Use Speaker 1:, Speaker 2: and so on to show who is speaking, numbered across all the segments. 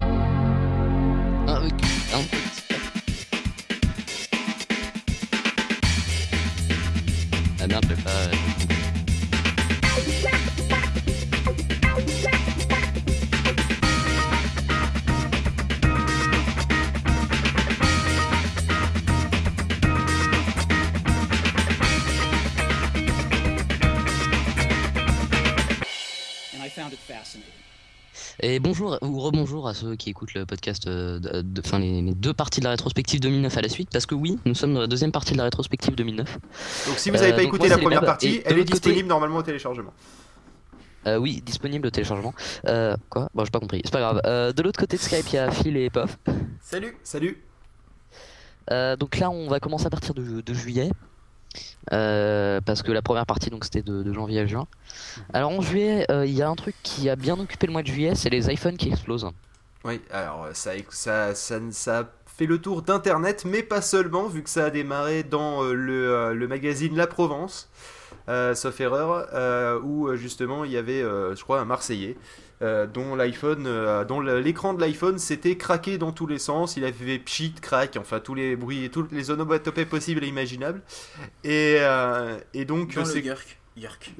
Speaker 1: E Ah Et bonjour ou rebonjour à ceux qui écoutent le podcast, euh, de, de- enfin les, les deux parties de la rétrospective 2009 à la suite, parce que oui, nous sommes dans la deuxième partie de la rétrospective 2009.
Speaker 2: Donc si vous n'avez
Speaker 1: Euh,
Speaker 2: pas
Speaker 1: donc
Speaker 2: écouté
Speaker 1: moi,
Speaker 2: la
Speaker 1: c'est
Speaker 2: première
Speaker 1: Lab,
Speaker 2: partie,
Speaker 1: et de
Speaker 2: elle est
Speaker 1: l'autre côté-
Speaker 2: disponible normalement au téléchargement.
Speaker 1: Euh, oui, disponible au téléchargement. Euh, quoi Bon, j'ai pas compris, c'est pas grave. Euh, de l'autre côté de Skype, il y a Phil et Pof.
Speaker 2: Salut Salut
Speaker 1: Euh, donc là, on va commencer à partir de, de juillet. Euh, parce que la première partie donc c'était de, de janvier à juin. Alors en juillet, euh, il y a un truc qui a bien occupé le mois de juillet, c'est les iPhones qui explosent.
Speaker 2: Oui, alors euh, ça, ça, ça, ça fait le tour d'Internet, mais pas seulement, vu que ça a démarré dans euh, le, euh, le magazine La Provence, euh, sauf erreur, euh, où euh, justement il y avait, euh, je crois, un Marseillais, euh, dont l'iPhone, euh, dont le- l'écran de l'iPhone s'était craqué dans tous les sens. Il avait pchit, crack, enfin tous les bruits, toutes les onomatopées possibles et imaginables. Et, euh, et donc
Speaker 3: Dans le
Speaker 2: c'est
Speaker 3: Yerk. Yerk.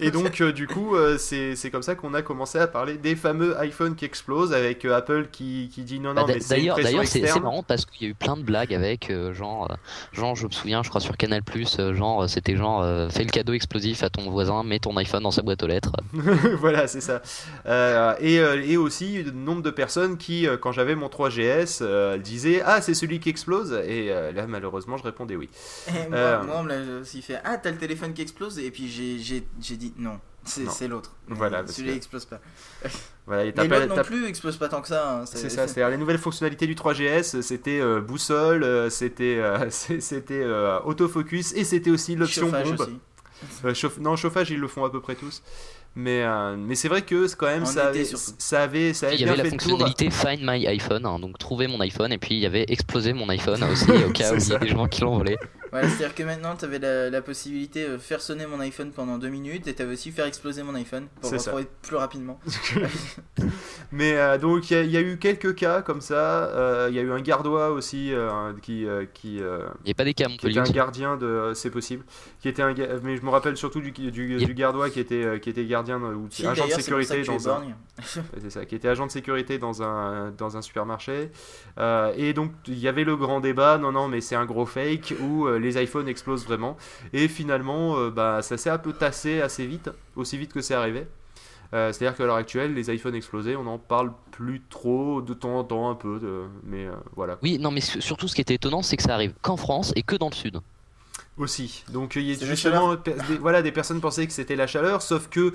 Speaker 2: et donc, euh, du coup, euh, c'est c'est comme ça qu'on a commencé à parler des fameux iPhone qui explosent avec euh, Apple qui, qui dit non, non,
Speaker 1: Bah,
Speaker 2: mais
Speaker 1: d'a-
Speaker 2: c'est une
Speaker 1: D'ailleurs,
Speaker 2: pression
Speaker 1: d'ailleurs, c'est c'est
Speaker 2: externe.
Speaker 1: marrant parce qu'il y a eu plein de blagues avec euh, genre, euh, genre, je me souviens, je crois sur Canal euh, genre, euh, c'était genre, euh, fais le cadeau explosif à ton voisin, mets ton iPhone dans sa boîte aux lettres.
Speaker 2: voilà, c'est ça. Euh, et, euh, et aussi, le nombre de personnes qui, euh, quand j'avais mon 3GS, euh, disaient Ah, c'est celui qui explose. Et euh, là, malheureusement, je répondais oui.
Speaker 3: Et Eh, moi,
Speaker 2: Euh.
Speaker 3: moi, on me l'a aussi fait. Ah, t'as le téléphone qui explose Et puis j'ai- j'ai j'ai dit non. C'est
Speaker 2: Non.
Speaker 3: c'est l'autre. Euh,
Speaker 2: Voilà, parce
Speaker 3: Celui-là
Speaker 2: que-
Speaker 3: explose pas.
Speaker 2: Voilà, et t'as
Speaker 3: Mais
Speaker 2: pas-
Speaker 3: l'autre non
Speaker 2: t'as-
Speaker 3: plus explose pas tant que ça. hein.
Speaker 2: C'est ça, c'est-à-dire les nouvelles fonctionnalités du 3GS, c'était euh, boussole, euh, c'était euh, c'est- c'était euh, autofocus et c'était aussi l'option
Speaker 3: Chauffage
Speaker 2: bombe.
Speaker 3: aussi.
Speaker 2: Euh, chauffe- Non, chauffage, ils le font à peu près tous. Mais, euh, mais c'est vrai que c'est quand même,
Speaker 3: En
Speaker 2: ça
Speaker 3: été,
Speaker 2: avait,
Speaker 3: surtout.
Speaker 2: ça avait, ça avait
Speaker 1: Il y
Speaker 2: bien
Speaker 1: avait la
Speaker 2: fait le tour.
Speaker 1: fonctionnalité Find My iPhone, hein, donc trouver mon iPhone, et puis il y avait exploser mon iPhone aussi, au cas où
Speaker 2: C'est
Speaker 1: il y
Speaker 2: ça.
Speaker 1: a des gens qui l'ont volé.
Speaker 3: Voilà, c'est-à-dire que maintenant, t'avais la, la possibilité de faire sonner mon iPhone pendant deux minutes et t'avais aussi faire exploser mon iPhone pour
Speaker 2: C'est
Speaker 3: le
Speaker 2: ça.
Speaker 3: retrouver plus rapidement.
Speaker 2: Mais euh, donc, il y, a- il y a eu quelques cas comme ça. Euh, Il y a eu un gardois aussi euh, qui, euh, qui, euh,
Speaker 1: Il n'y a pas des cas à
Speaker 2: qui était
Speaker 1: Montpellier.
Speaker 2: un
Speaker 1: aussi.
Speaker 2: gardien de. euh, C'est possible. Qui était un, ga- mais je me rappelle surtout du, du, du gardois qui était, euh, qui était gardien euh, ou
Speaker 3: Si,
Speaker 2: agent de
Speaker 3: d'ailleurs, c'est pour ça
Speaker 2: sécurité
Speaker 3: que tu es
Speaker 2: dans un.
Speaker 3: borgne.
Speaker 2: C'est ça, qui était agent de sécurité dans un, dans un supermarché. Euh, et donc, il y avait le grand débat, non, non, mais c'est un gros fake, où euh, les iPhones explosent vraiment. Et finalement, euh, bah, ça s'est un peu tassé assez vite, aussi vite que c'est arrivé. Euh, C'est-à-dire qu'à l'heure actuelle, les iPhones explosés, on n'en parle plus trop, de temps en temps un peu, de- mais euh, voilà.
Speaker 1: Oui, non, mais su- surtout ce qui était étonnant, c'est que ça arrive qu'en France et que dans le Sud.
Speaker 2: Aussi. Donc il y a
Speaker 3: C'est la
Speaker 2: justement pe- des, voilà, des personnes pensaient que c'était la chaleur, sauf que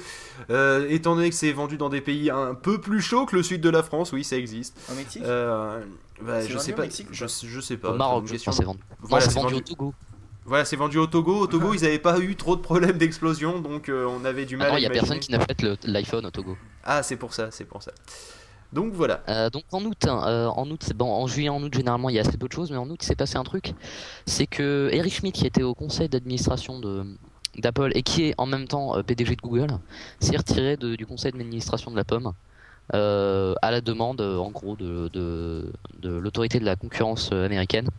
Speaker 2: euh, étant donné que c'est vendu dans des pays un peu plus chauds que le sud de la France, oui ça existe.
Speaker 3: Au Mexique
Speaker 2: Euh, bah,
Speaker 3: C'est
Speaker 2: je
Speaker 3: vendu
Speaker 2: sais
Speaker 3: au
Speaker 2: pas.
Speaker 3: Mexique ou
Speaker 2: je,
Speaker 3: pas
Speaker 2: je sais pas.
Speaker 1: Au
Speaker 2: c'est
Speaker 1: Maroc,
Speaker 2: une
Speaker 1: je
Speaker 2: question.
Speaker 1: crois, c'est vendu. Non,
Speaker 2: Voilà,
Speaker 1: c'est
Speaker 2: c'est
Speaker 1: vendu au
Speaker 2: vendu-
Speaker 1: Togo.
Speaker 2: Voilà, c'est vendu au Togo. Au Togo, ils n'avaient pas eu trop de problèmes d'explosion, donc euh, on avait du mal.
Speaker 1: Maintenant,
Speaker 2: à
Speaker 1: Ah il n'y a
Speaker 2: imaginer.
Speaker 1: personne qui n'a fait le- l'iPhone au Togo.
Speaker 2: Ah, c'est pour ça, c'est pour ça. Donc voilà.
Speaker 1: Euh, donc en août, hein, euh, en août, c'est- bon, en juillet, en août généralement il y a assez peu de choses, mais en août il s'est passé un truc, c'est que Eric Schmidt qui était au conseil d'administration de d'Apple et qui est en même temps euh, PDG de Google s'est retiré de- du conseil d'administration de la pomme euh, à la demande euh, en gros de, de, de l'autorité de la concurrence euh, américaine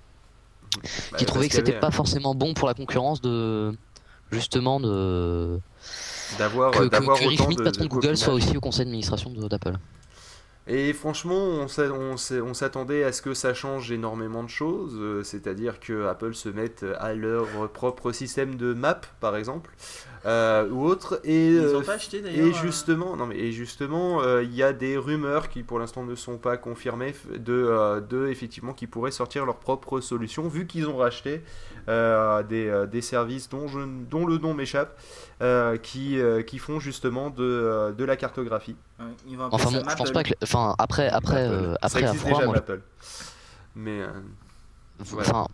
Speaker 2: Bah,
Speaker 1: qui trouvait
Speaker 2: parce
Speaker 1: que
Speaker 2: qu'il y
Speaker 1: c'était
Speaker 2: avait,
Speaker 1: pas forcément bon pour la concurrence de justement de
Speaker 2: euh, d'avoir
Speaker 1: que, que,
Speaker 2: d'avoir
Speaker 1: que Eric
Speaker 2: autant
Speaker 1: Schmidt,
Speaker 2: de,
Speaker 1: patron de
Speaker 2: de
Speaker 1: Google, soit
Speaker 2: copinage.
Speaker 1: aussi au conseil d'administration de- d'Apple.
Speaker 2: Et franchement, on s'a- on s'a- on s'attendait à ce que ça change énormément de choses, euh, c'est-à-dire que Apple se mette à leur propre système de map, par exemple, euh, ou autre, et
Speaker 3: Ils
Speaker 2: euh,
Speaker 3: ont pas acheté d'ailleurs.
Speaker 2: Et
Speaker 3: euh,
Speaker 2: justement, non mais et justement, euh, il y a des rumeurs qui pour l'instant ne sont pas confirmées f- de, euh, de effectivement qui pourraient sortir leur propre solution vu qu'ils ont racheté euh, des, euh, des services dont je dont le nom m'échappe euh, qui euh, qui font justement de, euh, de la cartographie.
Speaker 3: euh, Ils vont appeler
Speaker 1: Enfin
Speaker 3: ça
Speaker 1: bon, je pense
Speaker 3: Maple.
Speaker 1: pas que. Enfin, après, après,
Speaker 2: Apple.
Speaker 1: euh,
Speaker 2: ça
Speaker 1: après à
Speaker 2: existe
Speaker 1: froid,
Speaker 2: déjà
Speaker 1: moi,
Speaker 2: Apple. Mais euh,
Speaker 1: je-
Speaker 2: Voilà.
Speaker 1: enfin,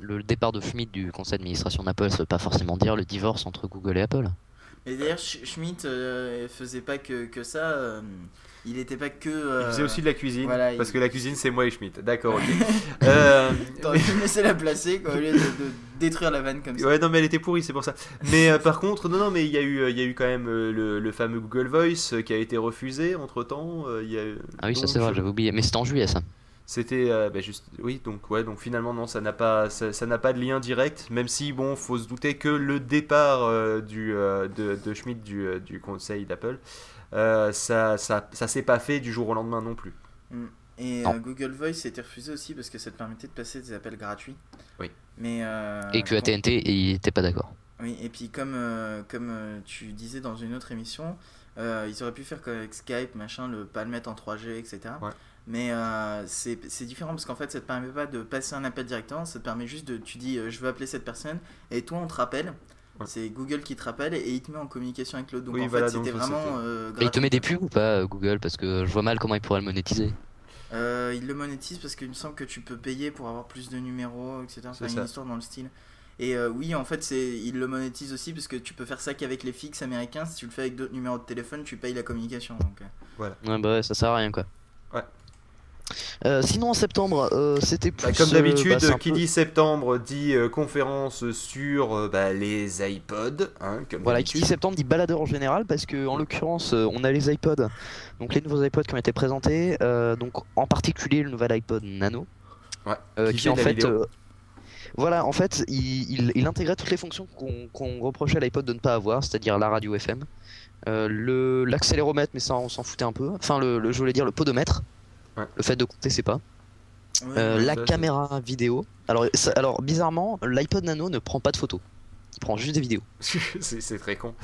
Speaker 1: le départ de Schmidt du conseil d'administration d'Apple, ça veut pas forcément dire le divorce entre Google et Apple.
Speaker 3: Et d'ailleurs, Sch- Schmitt euh, faisait pas que, que ça. euh, il était pas que. euh,
Speaker 2: il faisait aussi de la cuisine
Speaker 3: voilà,
Speaker 2: parce
Speaker 3: il-
Speaker 2: que la cuisine c'est moi et Schmidt. D'accord. ok. Euh,
Speaker 3: T'aurais pu me laisser la placer quoi, au lieu de, de détruire la vanne comme ça.
Speaker 2: Ouais, non, mais elle était pourrie, c'est pour ça. Mais euh, par contre, non, non, mais il y, a eu, euh, il y a eu quand même euh, le, le fameux Google Voice euh, qui a été refusé euh, entre temps.
Speaker 1: Ah oui, ça c'est vrai, j'avais oublié. Mais c'était en juillet, ça.
Speaker 2: C'était euh, bah, juste. Oui, donc, ouais, donc finalement, non, ça n'a pas, ça, ça n'a pas de lien direct, même si, bon, faut se douter que le départ euh, du, euh, de, de Schmidt du, euh, du conseil d'Apple, euh, ça, ça, ça s'est pas fait du jour au lendemain non plus.
Speaker 3: Et
Speaker 1: Non.
Speaker 3: euh, Google Voice était refusé aussi parce que ça te permettait de passer des appels gratuits.
Speaker 2: Oui.
Speaker 3: Mais euh,
Speaker 1: Et que
Speaker 3: quand-
Speaker 1: AT&T, il était pas d'accord.
Speaker 3: Oui, et puis comme, euh, comme euh, tu disais dans une autre émission, Euh, ils auraient pu faire comme avec Skype, machin, le pas le mettre en 3G, etc.
Speaker 2: Ouais.
Speaker 3: Mais euh, c'est c'est différent parce qu'en fait, ça te permet pas de passer un appel directement, ça te permet juste de. Tu dis, euh, je veux appeler cette personne, et toi, on te rappelle.
Speaker 2: Ouais.
Speaker 3: C'est Google qui te rappelle et il te met en communication avec l'autre. Donc
Speaker 2: Oui,
Speaker 3: en
Speaker 2: voilà,
Speaker 3: fait, c'était
Speaker 2: donc,
Speaker 3: vraiment.
Speaker 2: c'était-
Speaker 3: euh,
Speaker 1: Mais il te met des
Speaker 3: gratuit.
Speaker 1: pubs ou pas, euh, Google Parce que je vois mal comment il pourrait le monétiser.
Speaker 3: Euh, il le monétise parce qu'il me semble que tu peux payer pour avoir plus de numéros, etc. Enfin,
Speaker 2: C'est
Speaker 3: une
Speaker 2: ça.
Speaker 3: histoire dans le style. Et euh, oui, en fait, c'est il le monétise aussi parce que tu peux faire ça qu'avec les fixes américains. Si tu le fais avec d'autres numéros de téléphone, tu payes la communication. Donc, euh.
Speaker 1: Ouais, bah ouais, ça sert à rien quoi.
Speaker 2: Ouais.
Speaker 1: Euh, sinon en septembre, euh, c'était plus.
Speaker 2: Bah, comme
Speaker 1: euh,
Speaker 2: d'habitude,
Speaker 1: bah, c'est un
Speaker 2: qui
Speaker 1: peu-
Speaker 2: dit septembre dit euh, conférence sur euh, bah, les iPods. hein, comme
Speaker 1: Voilà, qui
Speaker 2: d'habitude.
Speaker 1: dit septembre dit baladeur en général parce que en l'occurrence euh, on a les iPods, donc les nouveaux iPods qui ont été présentés, euh, donc en particulier le nouvel iPod Nano,
Speaker 2: Ouais,
Speaker 1: euh,
Speaker 2: qui
Speaker 1: qui
Speaker 2: fait
Speaker 1: en
Speaker 2: de la
Speaker 1: fait,
Speaker 2: vidéo.
Speaker 1: euh, voilà, en fait il, il- il intégrait toutes les fonctions qu'on qu'on reprochait à l'iPod de ne pas avoir, c'est-à-dire la radio FM, euh, le l'accéléromètre, mais ça on s'en foutait un peu, enfin le, le- je voulais dire le podomètre,
Speaker 2: Ouais.
Speaker 1: le fait de compter c'est pas.
Speaker 3: Ouais,
Speaker 1: Euh,
Speaker 3: ouais.
Speaker 1: la
Speaker 2: ça, c'est-
Speaker 1: caméra vidéo. Alors, ça- alors bizarrement, l'iPod Nano ne prend pas de photos. Il prend juste des vidéos.
Speaker 2: c'est c'est très con.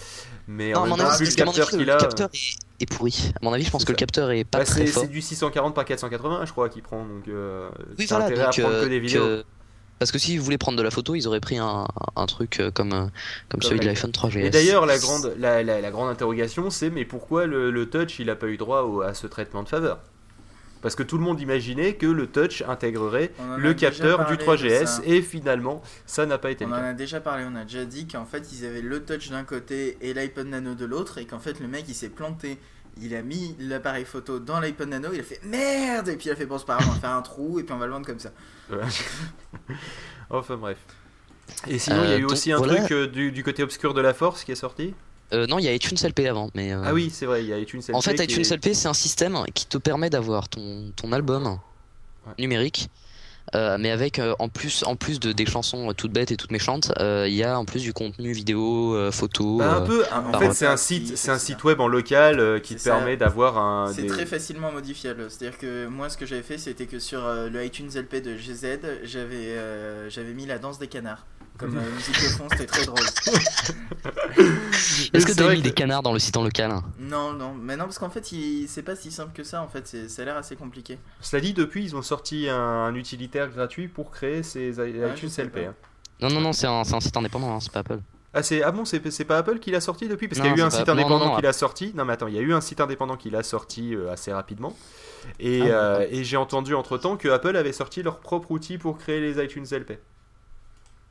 Speaker 2: Mais
Speaker 1: Non, à
Speaker 2: en même
Speaker 1: mon
Speaker 2: temps,
Speaker 1: avis,
Speaker 2: vu
Speaker 1: parce
Speaker 2: le
Speaker 1: qu'à mon
Speaker 2: capteur
Speaker 1: avis,
Speaker 2: qu'il
Speaker 1: le
Speaker 2: a.
Speaker 1: capteur est- est pourri. À mon avis, je pense
Speaker 2: C'est
Speaker 1: que le
Speaker 2: ça.
Speaker 1: capteur est pas
Speaker 2: bah,
Speaker 1: très
Speaker 2: c'est
Speaker 1: fort.
Speaker 2: c'est du 640 par 480, je crois, qu'il prend. Donc, euh,
Speaker 1: Oui,
Speaker 2: t'as
Speaker 1: voilà,
Speaker 2: intérêt
Speaker 1: donc,
Speaker 2: à prendre
Speaker 1: euh,
Speaker 2: que des
Speaker 1: donc,
Speaker 2: vidéos.
Speaker 1: euh, parce que s'ils voulaient prendre de la photo, ils auraient pris un, un truc euh, comme, euh, comme
Speaker 2: Comme
Speaker 1: celui de
Speaker 2: l'iPhone.
Speaker 1: l'iPhone 3 GS.
Speaker 2: Et d'ailleurs, la grande, la, la- la grande interrogation, c'est mais pourquoi le, le touch, il n'a pas eu droit au- à ce traitement de faveur Parce que tout le monde imaginait que le touch intégrerait
Speaker 3: On en a
Speaker 2: le
Speaker 3: déjà
Speaker 2: capteur
Speaker 3: parlé
Speaker 2: du
Speaker 3: de
Speaker 2: 3GS,
Speaker 3: ça.
Speaker 2: et finalement, ça n'a pas été
Speaker 3: On
Speaker 2: le
Speaker 3: en
Speaker 2: cas.
Speaker 3: a déjà parlé, on a déjà dit qu'en fait ils avaient le touch d'un côté et l'iPod Nano de l'autre et qu'en fait le mec il s'est planté. Il a mis l'appareil photo dans l'iPod Nano, il a fait merde et puis il a fait bon c'est pas grave, on va faire un trou et puis on va le vendre comme ça.
Speaker 2: Enfin bref. Et sinon, il y a
Speaker 1: Euh,
Speaker 2: eu
Speaker 1: donc,
Speaker 2: aussi un
Speaker 1: voilà.
Speaker 2: truc euh, du, du côté obscur de la force qui est sorti.
Speaker 1: Euh, non, il y a iTunes LP avant, mais. euh,
Speaker 2: Ah oui, c'est vrai, il y a iTunes LP.
Speaker 1: En fait,
Speaker 2: qui
Speaker 1: iTunes
Speaker 2: est-
Speaker 1: LP, c'est un système qui te permet d'avoir ton, ton album
Speaker 2: Ouais.
Speaker 1: numérique, euh, mais avec euh, en plus, en plus de, des chansons euh, toutes bêtes et toutes méchantes, euh, il y a en plus du contenu vidéo, euh, photo.
Speaker 2: Bah, un
Speaker 1: euh,
Speaker 2: peu, en
Speaker 3: par-
Speaker 2: fait, c'est un
Speaker 3: par-
Speaker 2: site,
Speaker 3: par-
Speaker 2: c'est un
Speaker 3: par-
Speaker 2: site web en local euh, qui te
Speaker 3: C'est ça.
Speaker 2: permet d'avoir un.
Speaker 3: C'est
Speaker 2: Ah, des-
Speaker 3: très facilement modifiable. C'est-à-dire que moi, ce que j'avais fait, c'était que sur euh, le iTunes LP de GZ, j'avais euh, j'avais mis la danse des canards. Comme euh, musique de fond, c'était très drôle.
Speaker 1: Est-ce que
Speaker 2: C'est
Speaker 1: t'as
Speaker 2: vrai
Speaker 1: mis
Speaker 2: que-
Speaker 1: des canards dans le site en local hein
Speaker 3: Non, non, mais non, parce qu'en fait, il- c'est pas si simple que ça. En fait, c'est- ça a l'air assez compliqué.
Speaker 2: Cela dit, depuis, ils ont sorti un, un utilitaire gratuit pour créer ces i-
Speaker 3: Ah, je
Speaker 2: iTunes
Speaker 3: sais
Speaker 2: LP.
Speaker 3: pas.
Speaker 2: hein.
Speaker 1: Non, non, non, c'est un, c'est un site indépendant, hein, c'est pas Apple.
Speaker 2: Ah, c'est, ah bon, c'est, c'est pas Apple qui l'a sorti depuis Parce qu'il y a
Speaker 1: Non,
Speaker 2: eu un
Speaker 1: c'est
Speaker 2: site
Speaker 1: pas- non,
Speaker 2: indépendant
Speaker 1: non, non,
Speaker 2: qui l'a sorti. Non, mais attends, il y a eu un site indépendant qui l'a sorti euh, assez rapidement. Et,
Speaker 1: Ah,
Speaker 2: euh, et j'ai entendu entre temps que Apple avait sorti leur propre outil pour créer les iTunes LP.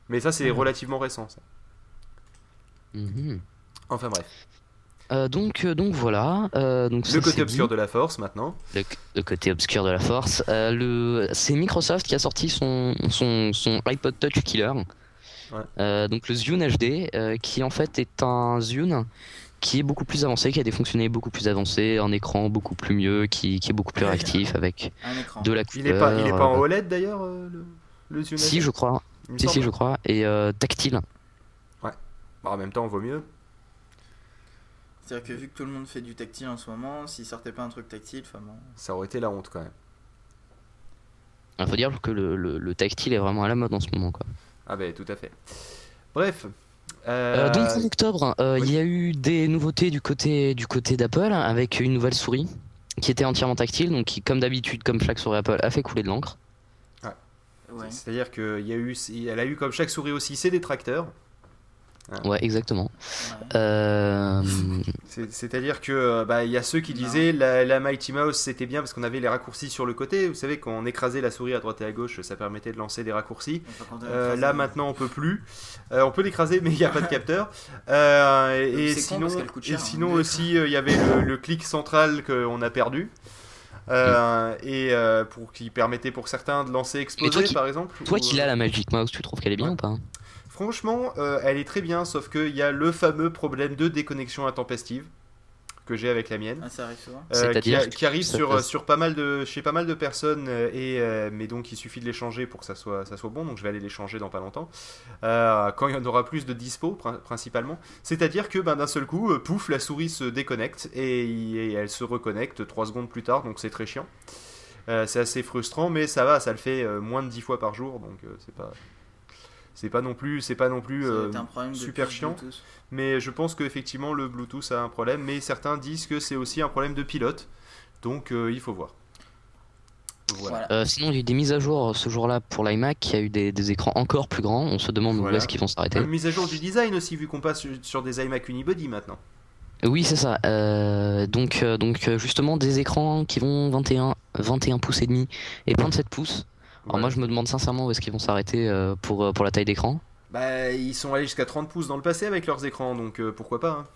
Speaker 2: Mais ça, c'est
Speaker 1: Mhm.
Speaker 2: relativement récent. ça.
Speaker 1: Mhm.
Speaker 2: Enfin bref.
Speaker 1: Euh, donc, euh, donc voilà. euh, donc ça,
Speaker 2: Le côté
Speaker 1: c'est
Speaker 2: obscur
Speaker 1: dit.
Speaker 2: de la force maintenant.
Speaker 1: Le, le côté obscur de la force. Euh, le, c'est Microsoft qui a sorti son, son, son iPod Touch Killer.
Speaker 2: Ouais.
Speaker 1: Euh, donc le Zune HD, euh, qui en fait est un Zune qui est beaucoup plus avancé, qui a des fonctionnalités beaucoup plus avancées, un écran beaucoup plus mieux, qui, qui est beaucoup plus réactif avec
Speaker 3: Un écran.
Speaker 1: de la
Speaker 2: Il
Speaker 1: couleur.
Speaker 2: est pas, il est pas en
Speaker 1: euh,
Speaker 2: OLED d'ailleurs, euh, le, le Zune
Speaker 1: Si,
Speaker 2: HD?
Speaker 1: je crois.
Speaker 2: Il me
Speaker 1: Si, si,
Speaker 2: semble.
Speaker 1: je crois. Et euh, tactile.
Speaker 2: Bah, en même temps, on vaut mieux.
Speaker 3: C'est-à-dire que vu que tout le monde fait du tactile en ce moment, s'il sortait pas un truc tactile, enfin bon.
Speaker 2: Ça aurait été la honte quand même.
Speaker 1: Il faut dire que le, le- le tactile est vraiment à la mode en ce moment. Quoi.
Speaker 2: Ah, ben, tout à fait. Bref. Euh,
Speaker 1: Euh, donc en octobre, euh,
Speaker 2: oui.
Speaker 1: il y a eu des nouveautés du côté du côté d'Apple avec une nouvelle souris qui était entièrement tactile, donc qui, comme d'habitude, comme chaque souris Apple, a fait couler de l'encre.
Speaker 3: Ouais.
Speaker 2: C'est-à-dire qu'elle a, eu, elle a eu comme chaque souris aussi ses détracteurs.
Speaker 1: Ouais, exactement.
Speaker 3: ouais.
Speaker 1: Euh,
Speaker 2: C'est- C'est-à-dire que euh, bah, il y a ceux qui
Speaker 3: Non.
Speaker 2: disaient la, la Mighty Mouse c'était bien parce qu'on avait les raccourcis sur le côté. Vous savez quand on écrasait la souris à droite et à gauche, ça permettait de lancer des raccourcis.
Speaker 3: Enfin, quand on a
Speaker 2: Euh,
Speaker 3: écrasé-
Speaker 2: là maintenant on peut plus. Euh, on peut l'écraser mais il n'y a pas de capteur. Euh,
Speaker 3: Donc,
Speaker 2: et,
Speaker 3: c'est con,
Speaker 2: sinon,
Speaker 3: parce qu'elle coûte
Speaker 2: et
Speaker 3: cher, hein.
Speaker 2: sinon aussi euh, il y avait le, le clic central qu'on a perdu. Euh, et euh, pour qui permettait pour certains de lancer
Speaker 1: Mais toi
Speaker 2: exploser
Speaker 1: qui-
Speaker 2: par exemple.
Speaker 1: toi
Speaker 2: ou,
Speaker 1: qui l'as la Magic Mouse, tu trouves qu'elle est bien
Speaker 2: Ouais.
Speaker 1: ou pas
Speaker 2: Franchement, euh, elle est très bien, sauf qu'il y a le fameux problème de déconnexion intempestive que j'ai avec la mienne.
Speaker 3: Ah, ça arrive souvent.
Speaker 2: euh, qui,
Speaker 1: C'est-à-dire
Speaker 2: a-
Speaker 1: que
Speaker 2: qui arrive
Speaker 1: ça
Speaker 2: sur,
Speaker 1: passe.
Speaker 2: sur pas mal de, chez pas mal de personnes, euh, et, euh, mais donc il suffit de les changer pour que ça soit, ça soit bon, donc je vais aller les changer dans pas longtemps, Euh, quand il y en aura plus de dispo prin- principalement. C'est-à-dire que ben, d'un seul coup, euh, pouf, la souris se déconnecte et, il- et elle se reconnecte 3 secondes plus tard, donc c'est très chiant. Euh, c'est assez frustrant, mais ça va, ça le fait euh, moins de 10 fois par jour, donc euh, c'est pas, C'est pas non plus, c'est pas non plus euh,
Speaker 3: C'est un problème de
Speaker 2: super
Speaker 3: pile
Speaker 2: chiant.
Speaker 3: Bluetooth.
Speaker 2: Mais je pense qu'effectivement, le Bluetooth a un problème. Mais certains disent que c'est aussi un problème de pilote. Donc, euh, il faut voir. Voilà.
Speaker 3: Voilà.
Speaker 1: Euh, sinon, il y a eu des mises à jour euh, ce jour-là pour l'iMac. Il y a eu des, des écrans encore plus grands. On se demande où
Speaker 2: Voilà.
Speaker 1: est-ce qu'ils vont s'arrêter.
Speaker 2: Une mise à jour du design aussi, vu qu'on passe sur- sur des iMac Unibody maintenant.
Speaker 1: Oui, c'est ça. Euh, donc, euh, donc euh, justement, des écrans qui vont 21, 21 pouces et demi et 27 pouces. Alors
Speaker 2: Voilà.
Speaker 1: Ah, moi, je me demande sincèrement où est-ce qu'ils vont s'arrêter euh, pour, euh, pour la taille d'écran.
Speaker 2: Bah, ils sont allés jusqu'à 30 pouces dans le passé avec leurs écrans, donc euh, pourquoi pas. hein.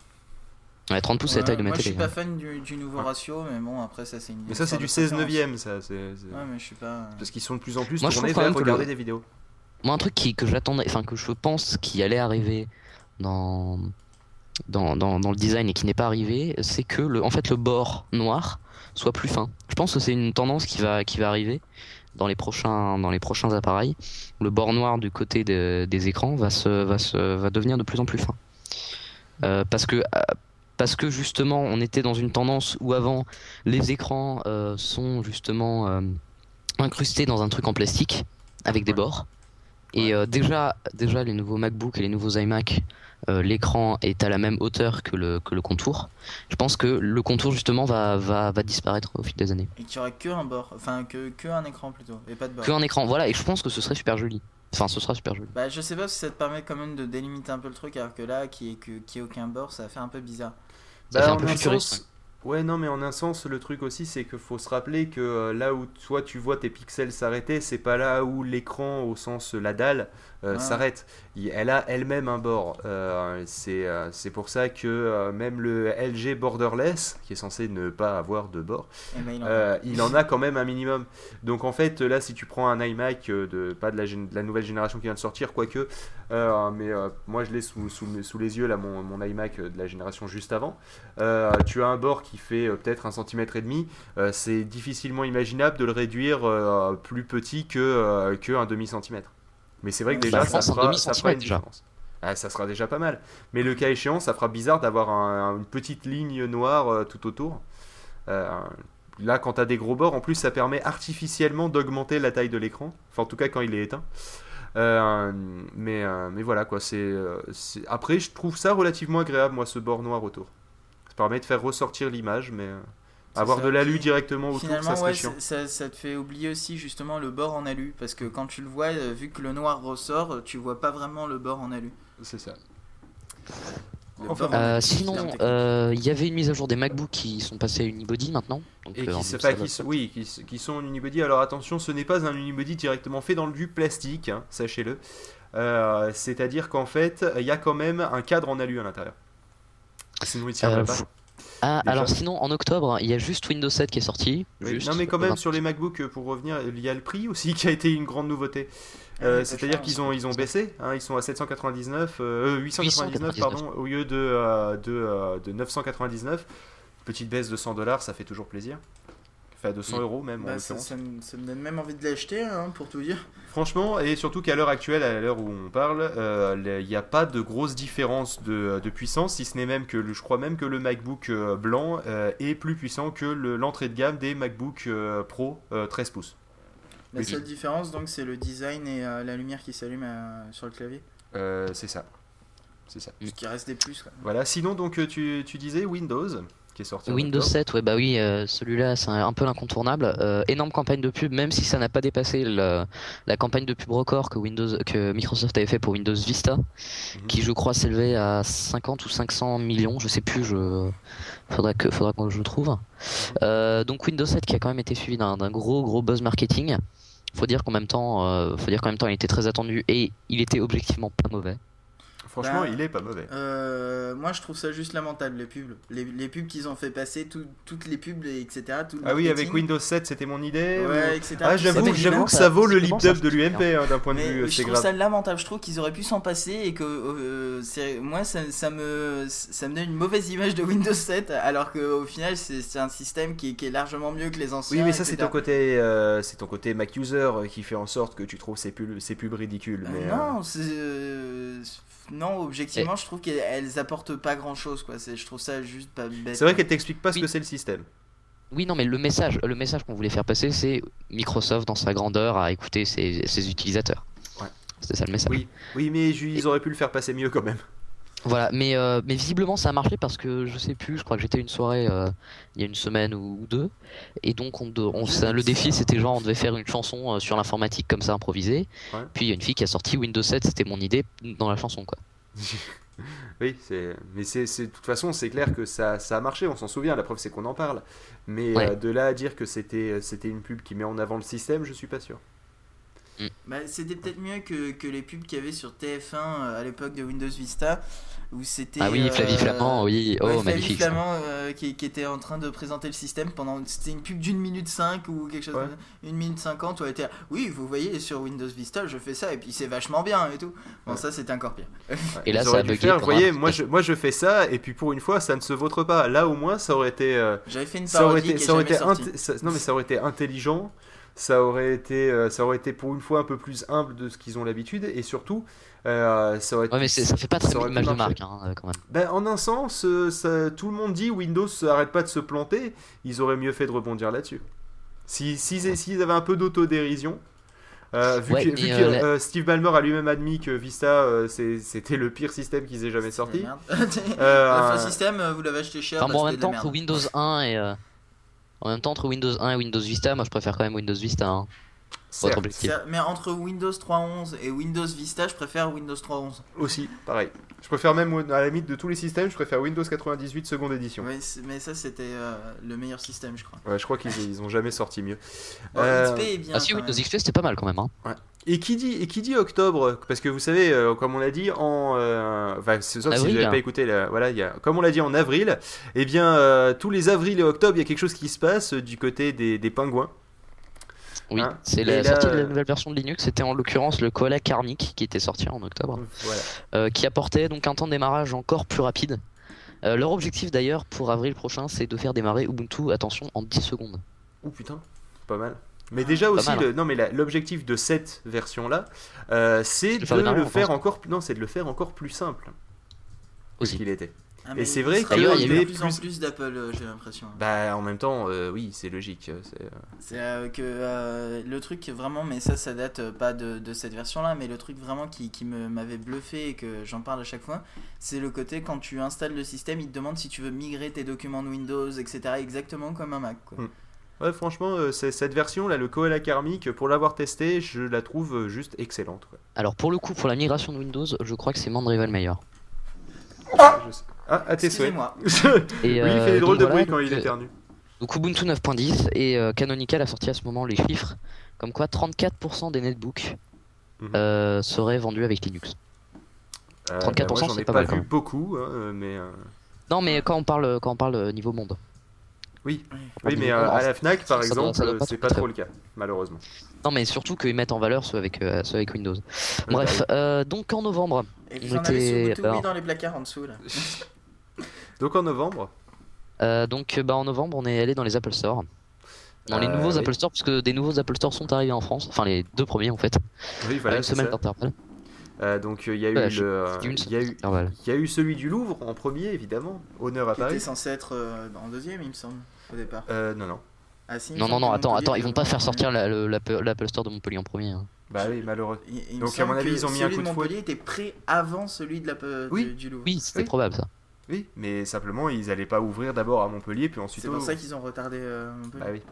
Speaker 1: Ouais, 30 pouces, c'est la taille de
Speaker 3: Ouais,
Speaker 1: ma
Speaker 3: moi, je
Speaker 1: télé.
Speaker 3: suis pas fan du, du nouveau ratio, mais bon, après, ça, c'est une.
Speaker 2: Mais ça, c'est
Speaker 3: histoire
Speaker 2: du
Speaker 3: de
Speaker 2: 16
Speaker 3: préférence.
Speaker 2: 9 ça. c'est- c'est-
Speaker 3: Ouais, mais je suis pas. euh,
Speaker 2: Parce qu'ils sont de plus en plus
Speaker 1: Moi, je
Speaker 2: tournés
Speaker 1: trouve quand
Speaker 2: vers
Speaker 1: même que
Speaker 2: regarder
Speaker 1: le-
Speaker 2: des vidéos.
Speaker 1: hein. Moi, un truc qui, que j'attendais, enfin que je pense qui allait arriver dans dans, dans, dans le design et qui n'est pas arrivé, c'est que le, en fait, le bord noir soit plus fin. Je pense que c'est une tendance qui va qui va arriver dans les prochains dans les prochains appareils. Le bord noir du côté de- des écrans va se va se va devenir de plus en plus fin. Euh, parce que euh, parce que justement, on était dans une tendance où avant les écrans euh, sont justement euh, incrustés dans un truc en plastique avec des
Speaker 2: Ouais.
Speaker 1: bords. Et euh, déjà, déjà, les nouveaux MacBook et les nouveaux iMac, euh, l'écran est à la même hauteur que le, que le contour. Je pense que le contour, justement, va, va, va disparaître au fil des années.
Speaker 3: Et qu'il y aura que un bord, enfin, que, que un écran plutôt, et pas de bord.
Speaker 1: Que un écran, voilà, et je pense que ce serait super joli. Enfin, ce sera super joli.
Speaker 3: Bah, je sais pas si ça te permet quand même de délimiter un peu le truc, alors que là, qui est que qui est aucun bord, ça fait un peu bizarre.
Speaker 1: Ça fait un peu futuriste.
Speaker 2: Bah, Sens... Ouais, non, mais en un sens, le truc aussi, c'est qu'il faut se rappeler que euh, là où toi tu vois tes pixels s'arrêter, c'est pas là où l'écran, au sens euh, la dalle, euh,
Speaker 3: Ah.
Speaker 2: s'arrête. Il- Elle a elle-même un bord. Euh, c'est euh, c'est pour ça que euh, même le LG Borderless, qui est censé ne pas avoir de bord,
Speaker 3: Et bah, il en
Speaker 2: euh, il en a quand même un minimum. Donc en fait, là, si tu prends un iMac, euh, de, pas de la, gén- de la nouvelle génération qui vient de sortir, quoique, euh, mais euh, moi je l'ai sous, sous, mes- sous les yeux, là, mon, mon iMac euh, de la génération juste avant, euh, tu as un bord qui fait euh, peut-être un centimètre et demi, Euh, c'est difficilement imaginable de le réduire euh, plus petit que, euh, que un demi-centimètre. Mais c'est vrai que
Speaker 3: Bah,
Speaker 2: déjà,
Speaker 3: je
Speaker 2: ça,
Speaker 1: pense un
Speaker 2: fera, ça fera une
Speaker 1: demi-centimètre, déjà.
Speaker 2: différence. Ah, ça sera déjà pas mal. Mais le cas échéant, ça fera bizarre d'avoir un- une petite ligne noire euh, tout autour. Euh, Là, quand tu as des gros bords, en plus, ça permet artificiellement d'augmenter la taille de l'écran. Enfin, en tout cas, quand il est éteint. Euh, mais, euh, mais voilà, quoi. C'est, euh, c'est- Après, je trouve ça relativement agréable, moi, ce bord noir autour. Ça permet de faire ressortir l'image, mais euh,
Speaker 3: C'est
Speaker 2: avoir
Speaker 3: ça,
Speaker 2: de l'alu
Speaker 3: puis,
Speaker 2: directement autour,
Speaker 3: Finalement,
Speaker 2: ça serait
Speaker 3: ouais,
Speaker 2: chiant.
Speaker 3: ça, ça- ça te fait oublier aussi justement le bord en alu, parce que quand tu le vois, euh, vu que le noir ressort, euh, tu vois pas vraiment le bord en alu.
Speaker 2: C'est ça.
Speaker 3: Le
Speaker 2: Enfin,
Speaker 3: bord en
Speaker 1: Euh,
Speaker 3: alu, c'est
Speaker 1: sinon,
Speaker 3: un technique.
Speaker 1: euh, il y avait une mise à jour des MacBooks qui sont passés à Unibody maintenant. Donc,
Speaker 2: Et
Speaker 1: euh,
Speaker 2: qui,
Speaker 1: en
Speaker 2: se-
Speaker 1: plus,
Speaker 2: pas-
Speaker 1: ça va-
Speaker 2: qui se- oui, qui, se- qui sont en unibody. Alors attention, ce n'est pas un unibody directement fait dans du plastique, hein, sachez-le. Euh, C'est-à-dire qu'en fait, il y a quand même un cadre en alu à l'intérieur. Sinon, il ne tiendrait
Speaker 1: Euh,
Speaker 2: pas.
Speaker 1: faut- Ah,
Speaker 2: Déjà.
Speaker 1: alors sinon, en octobre, il y a juste Windows 7 qui est sorti.
Speaker 2: Oui,
Speaker 1: Juste.
Speaker 2: non mais quand
Speaker 1: Euh,
Speaker 2: même sur les MacBooks euh, pour revenir il y a le prix aussi qui a été une grande nouveauté Euh,
Speaker 3: Ah,
Speaker 2: c'est-à-dire
Speaker 3: pas
Speaker 2: qu'ils ont ils ont baissé hein, ils sont à 799 euh, euh, 899 pardon au lieu de euh, de, euh, de 999 petite baisse de 100 dollars ça fait toujours plaisir enfin de 100
Speaker 1: Mm.
Speaker 2: euros même en
Speaker 3: Bah, ça,
Speaker 2: l'occurrence
Speaker 3: ça me, ça me donne même envie de l'acheter, hein, pour tout dire.
Speaker 2: Franchement, et surtout qu'à l'heure actuelle, à l'heure où on parle, euh, le- il n'y a pas de grosse différence de, de puissance, si ce n'est même que le- je crois même que le MacBook euh, blanc euh, est plus puissant que le- l'entrée de gamme des MacBook euh, Pro euh, 13 pouces.
Speaker 3: La
Speaker 2: Oui.
Speaker 3: seule différence, donc, c'est le design et euh, la lumière qui s'allume euh, sur le clavier,
Speaker 2: Euh, c'est ça. C'est ça.
Speaker 1: Mm.
Speaker 3: ce qui reste des plus. quoi.
Speaker 2: Voilà, sinon donc euh, tu, tu disais Windows, qui est sorti. en
Speaker 1: Windows
Speaker 2: octobre.
Speaker 1: 7, ouais, bah oui, euh, celui-là, c'est un, un peu l'incontournable. Euh, énorme campagne de pub, même si ça n'a pas dépassé le- la campagne de pub record que, Windows, que Microsoft avait fait pour Windows Vista,
Speaker 2: Mhm.
Speaker 1: qui je crois s'élevait à 50 ou 500 millions, je sais plus, je... faudra que, faudra que je le
Speaker 2: Mhm.
Speaker 1: trouve. Euh, donc Windows 7 qui a quand même été suivi d'un d'un gros gros buzz marketing. Faut dire qu'en même temps, euh, faut dire qu'en même temps, il était très attendu et il était objectivement pas mauvais.
Speaker 2: Franchement,
Speaker 3: Bah,
Speaker 2: il est pas mauvais.
Speaker 3: Euh, moi, je trouve ça juste lamentable, les pubs. Les, les pubs qu'ils ont fait passer, tout- toutes les pubs, et etc. tout le
Speaker 2: Ah oui, avec
Speaker 3: marketing.
Speaker 2: Windows 7, c'était mon idée. ou-
Speaker 3: Ouais, etc.
Speaker 2: Ah,
Speaker 3: Tout ça,
Speaker 1: c'est
Speaker 2: j'avoue,
Speaker 3: mais
Speaker 2: j'avoue
Speaker 1: évident,
Speaker 2: que
Speaker 1: ça-
Speaker 2: ça vaut le
Speaker 1: c'est
Speaker 2: lip
Speaker 1: bon, ça,
Speaker 2: dub de l'UMP hein, d'un point de
Speaker 3: Mais
Speaker 2: vue, euh,
Speaker 3: je
Speaker 2: c'est
Speaker 3: trouve
Speaker 2: grave.
Speaker 3: ça lamentable. Je trouve qu'ils auraient pu s'en passer et que euh, c'est- moi ça, ça me ça me donne une mauvaise image de Windows 7 alors qu'au final c'est c'est un système qui, qui est largement mieux que les anciens.
Speaker 2: Oui, mais ça, c'est
Speaker 3: etc.
Speaker 2: ton côté, euh, c'est ton côté Mac user euh, qui fait en sorte que tu trouves ces pubs, ces pubs ridicules.
Speaker 3: Euh,
Speaker 2: Mais, euh, Eh.
Speaker 3: non, c'est, euh, non, objectivement, je trouve qu'elles elles apportent pas grand chose quoi. C'est- Je trouve ça juste pas bête.
Speaker 2: c'est vrai qu'elle t'explique pas ce
Speaker 1: Oui.
Speaker 2: que c'est le système.
Speaker 1: Oui, non, mais le message, le message qu'on voulait faire passer, c'est Microsoft dans sa grandeur à écouter ses, ses utilisateurs.
Speaker 2: Ouais.
Speaker 1: C'était ça le message.
Speaker 2: Oui, oui mais ju- ils auraient pu le faire passer mieux quand même.
Speaker 1: Voilà, mais, euh, mais visiblement ça a marché parce que je sais plus, je crois que j'étais à une soirée euh, il y a une semaine ou, ou deux, et donc on, de- on- ça- le défi c'était genre on devait faire une chanson euh, sur l'informatique comme ça improvisée,
Speaker 2: Ouais.
Speaker 1: puis il y a une fille qui a sorti Windows 7, c'était mon idée dans la chanson quoi.
Speaker 2: Oui, c'est... mais c'est, c'est- de toute façon, c'est clair que ça, ça a marché, on s'en souvient, la preuve c'est qu'on en parle. Mais
Speaker 1: Ouais.
Speaker 2: euh, de là à dire que c'était, euh, c'était une pub qui met en avant le système, je suis pas sûr.
Speaker 3: Bah, c'était peut-être mieux que, que les pubs qu'il y avait sur TF1 euh, à l'époque de Windows Vista où c'était
Speaker 1: Ah oui,
Speaker 3: euh,
Speaker 1: Flavie Flamand, oui, oh
Speaker 3: ouais, Flavie
Speaker 1: magnifique. ça.
Speaker 3: Flamand euh, qui, qui était en train de présenter le système pendant c'était une pub d'une minute 5 ou quelque chose
Speaker 2: Ouais.
Speaker 3: comme ça, une minute 50 où elle était là, oui vous voyez sur Windows Vista je fais ça et puis c'est vachement bien et tout bon
Speaker 2: Ouais.
Speaker 3: ça c'était encore pire
Speaker 2: Ouais,
Speaker 1: Et là,
Speaker 2: ils
Speaker 1: ça
Speaker 2: auraient
Speaker 1: a
Speaker 2: dû
Speaker 1: bugué
Speaker 2: faire, Vous
Speaker 1: pendant
Speaker 2: voyez,
Speaker 1: la-
Speaker 2: moi je, moi je fais ça, et puis pour une fois, ça ne se vautre pas. Là, au moins, ça aurait été. euh,
Speaker 3: j'avais fait une
Speaker 2: ça aurait
Speaker 3: parodie
Speaker 2: été,
Speaker 3: qui est
Speaker 2: ça aurait
Speaker 3: jamais
Speaker 2: été
Speaker 3: sortie.
Speaker 2: inté- ça- non mais ça aurait été intelligent ça aurait été euh, ça aurait été pour une fois un peu plus humble de ce qu'ils ont l'habitude et surtout euh, ça aurait
Speaker 1: Ouais, mais c'est- ça fait pas
Speaker 2: Ça
Speaker 1: très bonne
Speaker 2: aurait pu
Speaker 1: image de
Speaker 2: marcher.
Speaker 1: marque hein, euh, quand même.
Speaker 2: Ben, en un sens euh, ça- tout le monde dit Windows arrête pas de se planter ils auraient mieux fait de rebondir là-dessus si s'ils s'ils avaient un peu d'autodérision euh, vu
Speaker 1: Ouais,
Speaker 2: que,
Speaker 1: mais,
Speaker 2: vu que,
Speaker 1: euh, la-
Speaker 2: euh, Steve Ballmer a lui-même admis que Vista euh, c'est- c'était le pire système qu'ils aient jamais sorti
Speaker 3: C'était de la Ah, merde.
Speaker 2: Euh,
Speaker 3: L'info système euh, vous l'avez acheté cher
Speaker 1: Enfin,
Speaker 3: bah,
Speaker 1: bon, en
Speaker 3: c'était
Speaker 1: même
Speaker 3: de la
Speaker 1: temps, entre
Speaker 3: merde.
Speaker 1: Windows 1 et. euh, En même temps, entre Windows 1 et Windows Vista, moi je préfère quand même Windows Vista. Hein, pour être
Speaker 2: certes,
Speaker 1: objectif.
Speaker 3: C'est- mais entre Windows 3.11 et Windows Vista je préfère Windows 3.11
Speaker 2: aussi pareil je préfère même à la limite de tous les systèmes je préfère Windows 98 seconde édition
Speaker 3: Ouais, c'est- mais ça c'était euh, le meilleur système je crois
Speaker 2: Ouais, je crois qu'ils ils ont jamais sorti mieux.
Speaker 3: Bon,
Speaker 2: Euh,
Speaker 3: XP est bien.
Speaker 1: Ah si,
Speaker 3: quand
Speaker 1: Windows
Speaker 3: même.
Speaker 1: XP c'était pas mal quand même. Hein.
Speaker 2: et qui dit et qui dit octobre parce que vous savez euh, comme on l'a dit en euh, enfin, c'est- sauf si
Speaker 1: Avril.
Speaker 2: vous n'avez pas écouté la- voilà il y a, comme on l'a dit en avril eh bien euh, tous les avril et octobre il y a quelque chose qui se passe euh, du côté des, des pingouins
Speaker 1: Oui,
Speaker 2: Hein
Speaker 1: c'est
Speaker 2: Et
Speaker 1: la
Speaker 2: là,
Speaker 1: sortie de
Speaker 2: euh,
Speaker 1: la nouvelle version de Linux, c'était en l'occurrence le Koala Karmic qui était sorti en octobre,
Speaker 2: Voilà.
Speaker 1: euh, qui apportait donc un temps de démarrage encore plus rapide. Euh, leur objectif d'ailleurs pour avril prochain, c'est de faire démarrer Ubuntu, attention, en 10 secondes.
Speaker 2: Ouh putain, pas mal. Mais
Speaker 3: Ah,
Speaker 2: déjà
Speaker 1: pas
Speaker 2: aussi,
Speaker 1: mal, hein.
Speaker 2: le, non mais la- l'objectif de cette version-là, euh, c'est
Speaker 1: de
Speaker 2: de,
Speaker 1: faire démarrer,
Speaker 2: le
Speaker 1: on
Speaker 2: faire
Speaker 1: pense.
Speaker 2: encore, plus- non, c'est de le faire encore plus simple
Speaker 1: Aussi.
Speaker 2: qu'il était.
Speaker 3: Ah, mais
Speaker 2: c'est vrai
Speaker 3: il sera
Speaker 1: que
Speaker 3: de
Speaker 1: il y a
Speaker 2: eu
Speaker 3: plus, en
Speaker 2: plus-
Speaker 3: plus d'Apple, euh, j'ai l'impression.
Speaker 2: Bah en même temps, euh, oui, c'est logique. euh, c'est, euh,
Speaker 3: C'est euh, que euh, le truc vraiment, mais ça, ça date euh, pas de, de cette version-là, mais le truc vraiment qui, qui me- m'avait bluffé et que j'en parle à chaque fois, c'est le côté quand tu installes le système, il te demande si tu veux migrer tes documents de Windows, etc., exactement comme un Mac. Quoi.
Speaker 2: Mm. Ouais, franchement, euh, c'est- cette version là, le Koala Karmic, pour l'avoir testé, je la trouve euh, juste excellente. quoi.
Speaker 1: Alors pour le coup, pour la migration de Windows, je crois que c'est Mandrivel meilleur.
Speaker 2: Je sais- Ah, à tes souhaits.
Speaker 3: Excusez-moi.
Speaker 1: Et,
Speaker 2: oui, il
Speaker 1: euh,
Speaker 2: fait des
Speaker 1: donc
Speaker 2: drôles de
Speaker 1: voilà,
Speaker 2: bruit quand
Speaker 1: donc,
Speaker 2: il
Speaker 1: euh,
Speaker 2: éternue.
Speaker 1: Donc Ubuntu 9.10 et euh, Canonical a sorti à ce moment les chiffres comme quoi 34% des netbooks
Speaker 2: Mhm.
Speaker 1: euh, seraient vendus avec Linux. 34%,
Speaker 2: Euh, bah, moi, j'en ai
Speaker 1: c'est
Speaker 2: pas,
Speaker 1: pas mal, Ah, quand
Speaker 2: vu
Speaker 1: même.
Speaker 2: beaucoup, hein, euh, mais euh,
Speaker 1: Non mais quand on parle quand on parle euh, niveau monde.
Speaker 2: oui, mais euh, à la Fnac, par
Speaker 1: Ça doit-
Speaker 2: exemple,
Speaker 1: ça doit
Speaker 2: euh,
Speaker 1: pas
Speaker 2: c'est
Speaker 1: être
Speaker 2: pas
Speaker 1: très-
Speaker 2: trop le cas, malheureusement.
Speaker 1: Non mais surtout qu'ils mettent en valeur ceux avec euh, ceux avec Windows.
Speaker 2: Ah,
Speaker 1: Bref, euh, donc en novembre,
Speaker 3: Et
Speaker 1: On
Speaker 3: vous en avez
Speaker 1: était-
Speaker 3: sous tout mis
Speaker 1: alors.
Speaker 3: dans les placards en dessous, là.
Speaker 2: Ah, Donc en novembre,
Speaker 1: euh, donc euh, bah en novembre on est allé dans les Apple Store. Dans les
Speaker 2: Euh,
Speaker 1: nouveaux
Speaker 2: oui.
Speaker 1: Apple Store, puisque des nouveaux Apple Store sont arrivés en France, enfin les deux premiers en fait,
Speaker 2: oui,
Speaker 1: à
Speaker 2: voilà,
Speaker 1: une
Speaker 2: c'est
Speaker 1: semaine
Speaker 2: ça.
Speaker 1: d'intervalle.
Speaker 2: Euh, donc euh, il y a eu
Speaker 1: Voilà, je-
Speaker 2: le-
Speaker 1: c'est une
Speaker 2: il y a
Speaker 1: semaine
Speaker 2: eu
Speaker 1: d'intervalle.
Speaker 2: il y a eu celui du Louvre en premier, évidemment, honneur à
Speaker 3: Qui était
Speaker 2: Paris.
Speaker 3: censé être euh, en deuxième, il me semble, au départ.
Speaker 2: Euh, non, non.
Speaker 3: Ah, si, il me
Speaker 1: Non non
Speaker 3: semble
Speaker 1: non,
Speaker 3: que
Speaker 1: attends
Speaker 3: Montpellier
Speaker 1: attends, ils
Speaker 3: était
Speaker 1: vont pas
Speaker 3: en
Speaker 1: faire
Speaker 3: premier.
Speaker 1: sortir la- le- l'Apple l'Apple Store de Montpellier en premier. hein.
Speaker 2: Bah oui, malheureux.
Speaker 3: Il- il me
Speaker 2: Donc, à
Speaker 3: semble
Speaker 2: mon avis,
Speaker 3: que
Speaker 2: ils ont mis un
Speaker 3: celui
Speaker 2: coup de
Speaker 3: de
Speaker 2: fouet.
Speaker 3: Montpellier était prêt avant celui de la pe-
Speaker 2: Oui.
Speaker 3: du, du Louvre.
Speaker 1: Oui, c'était
Speaker 2: Oui.
Speaker 1: probable ça.
Speaker 2: Oui, mais simplement ils allaient pas ouvrir d'abord à Montpellier, puis ensuite
Speaker 3: C'est
Speaker 2: au-
Speaker 3: pour ça qu'ils ont retardé euh, Montpellier.
Speaker 2: Bah oui.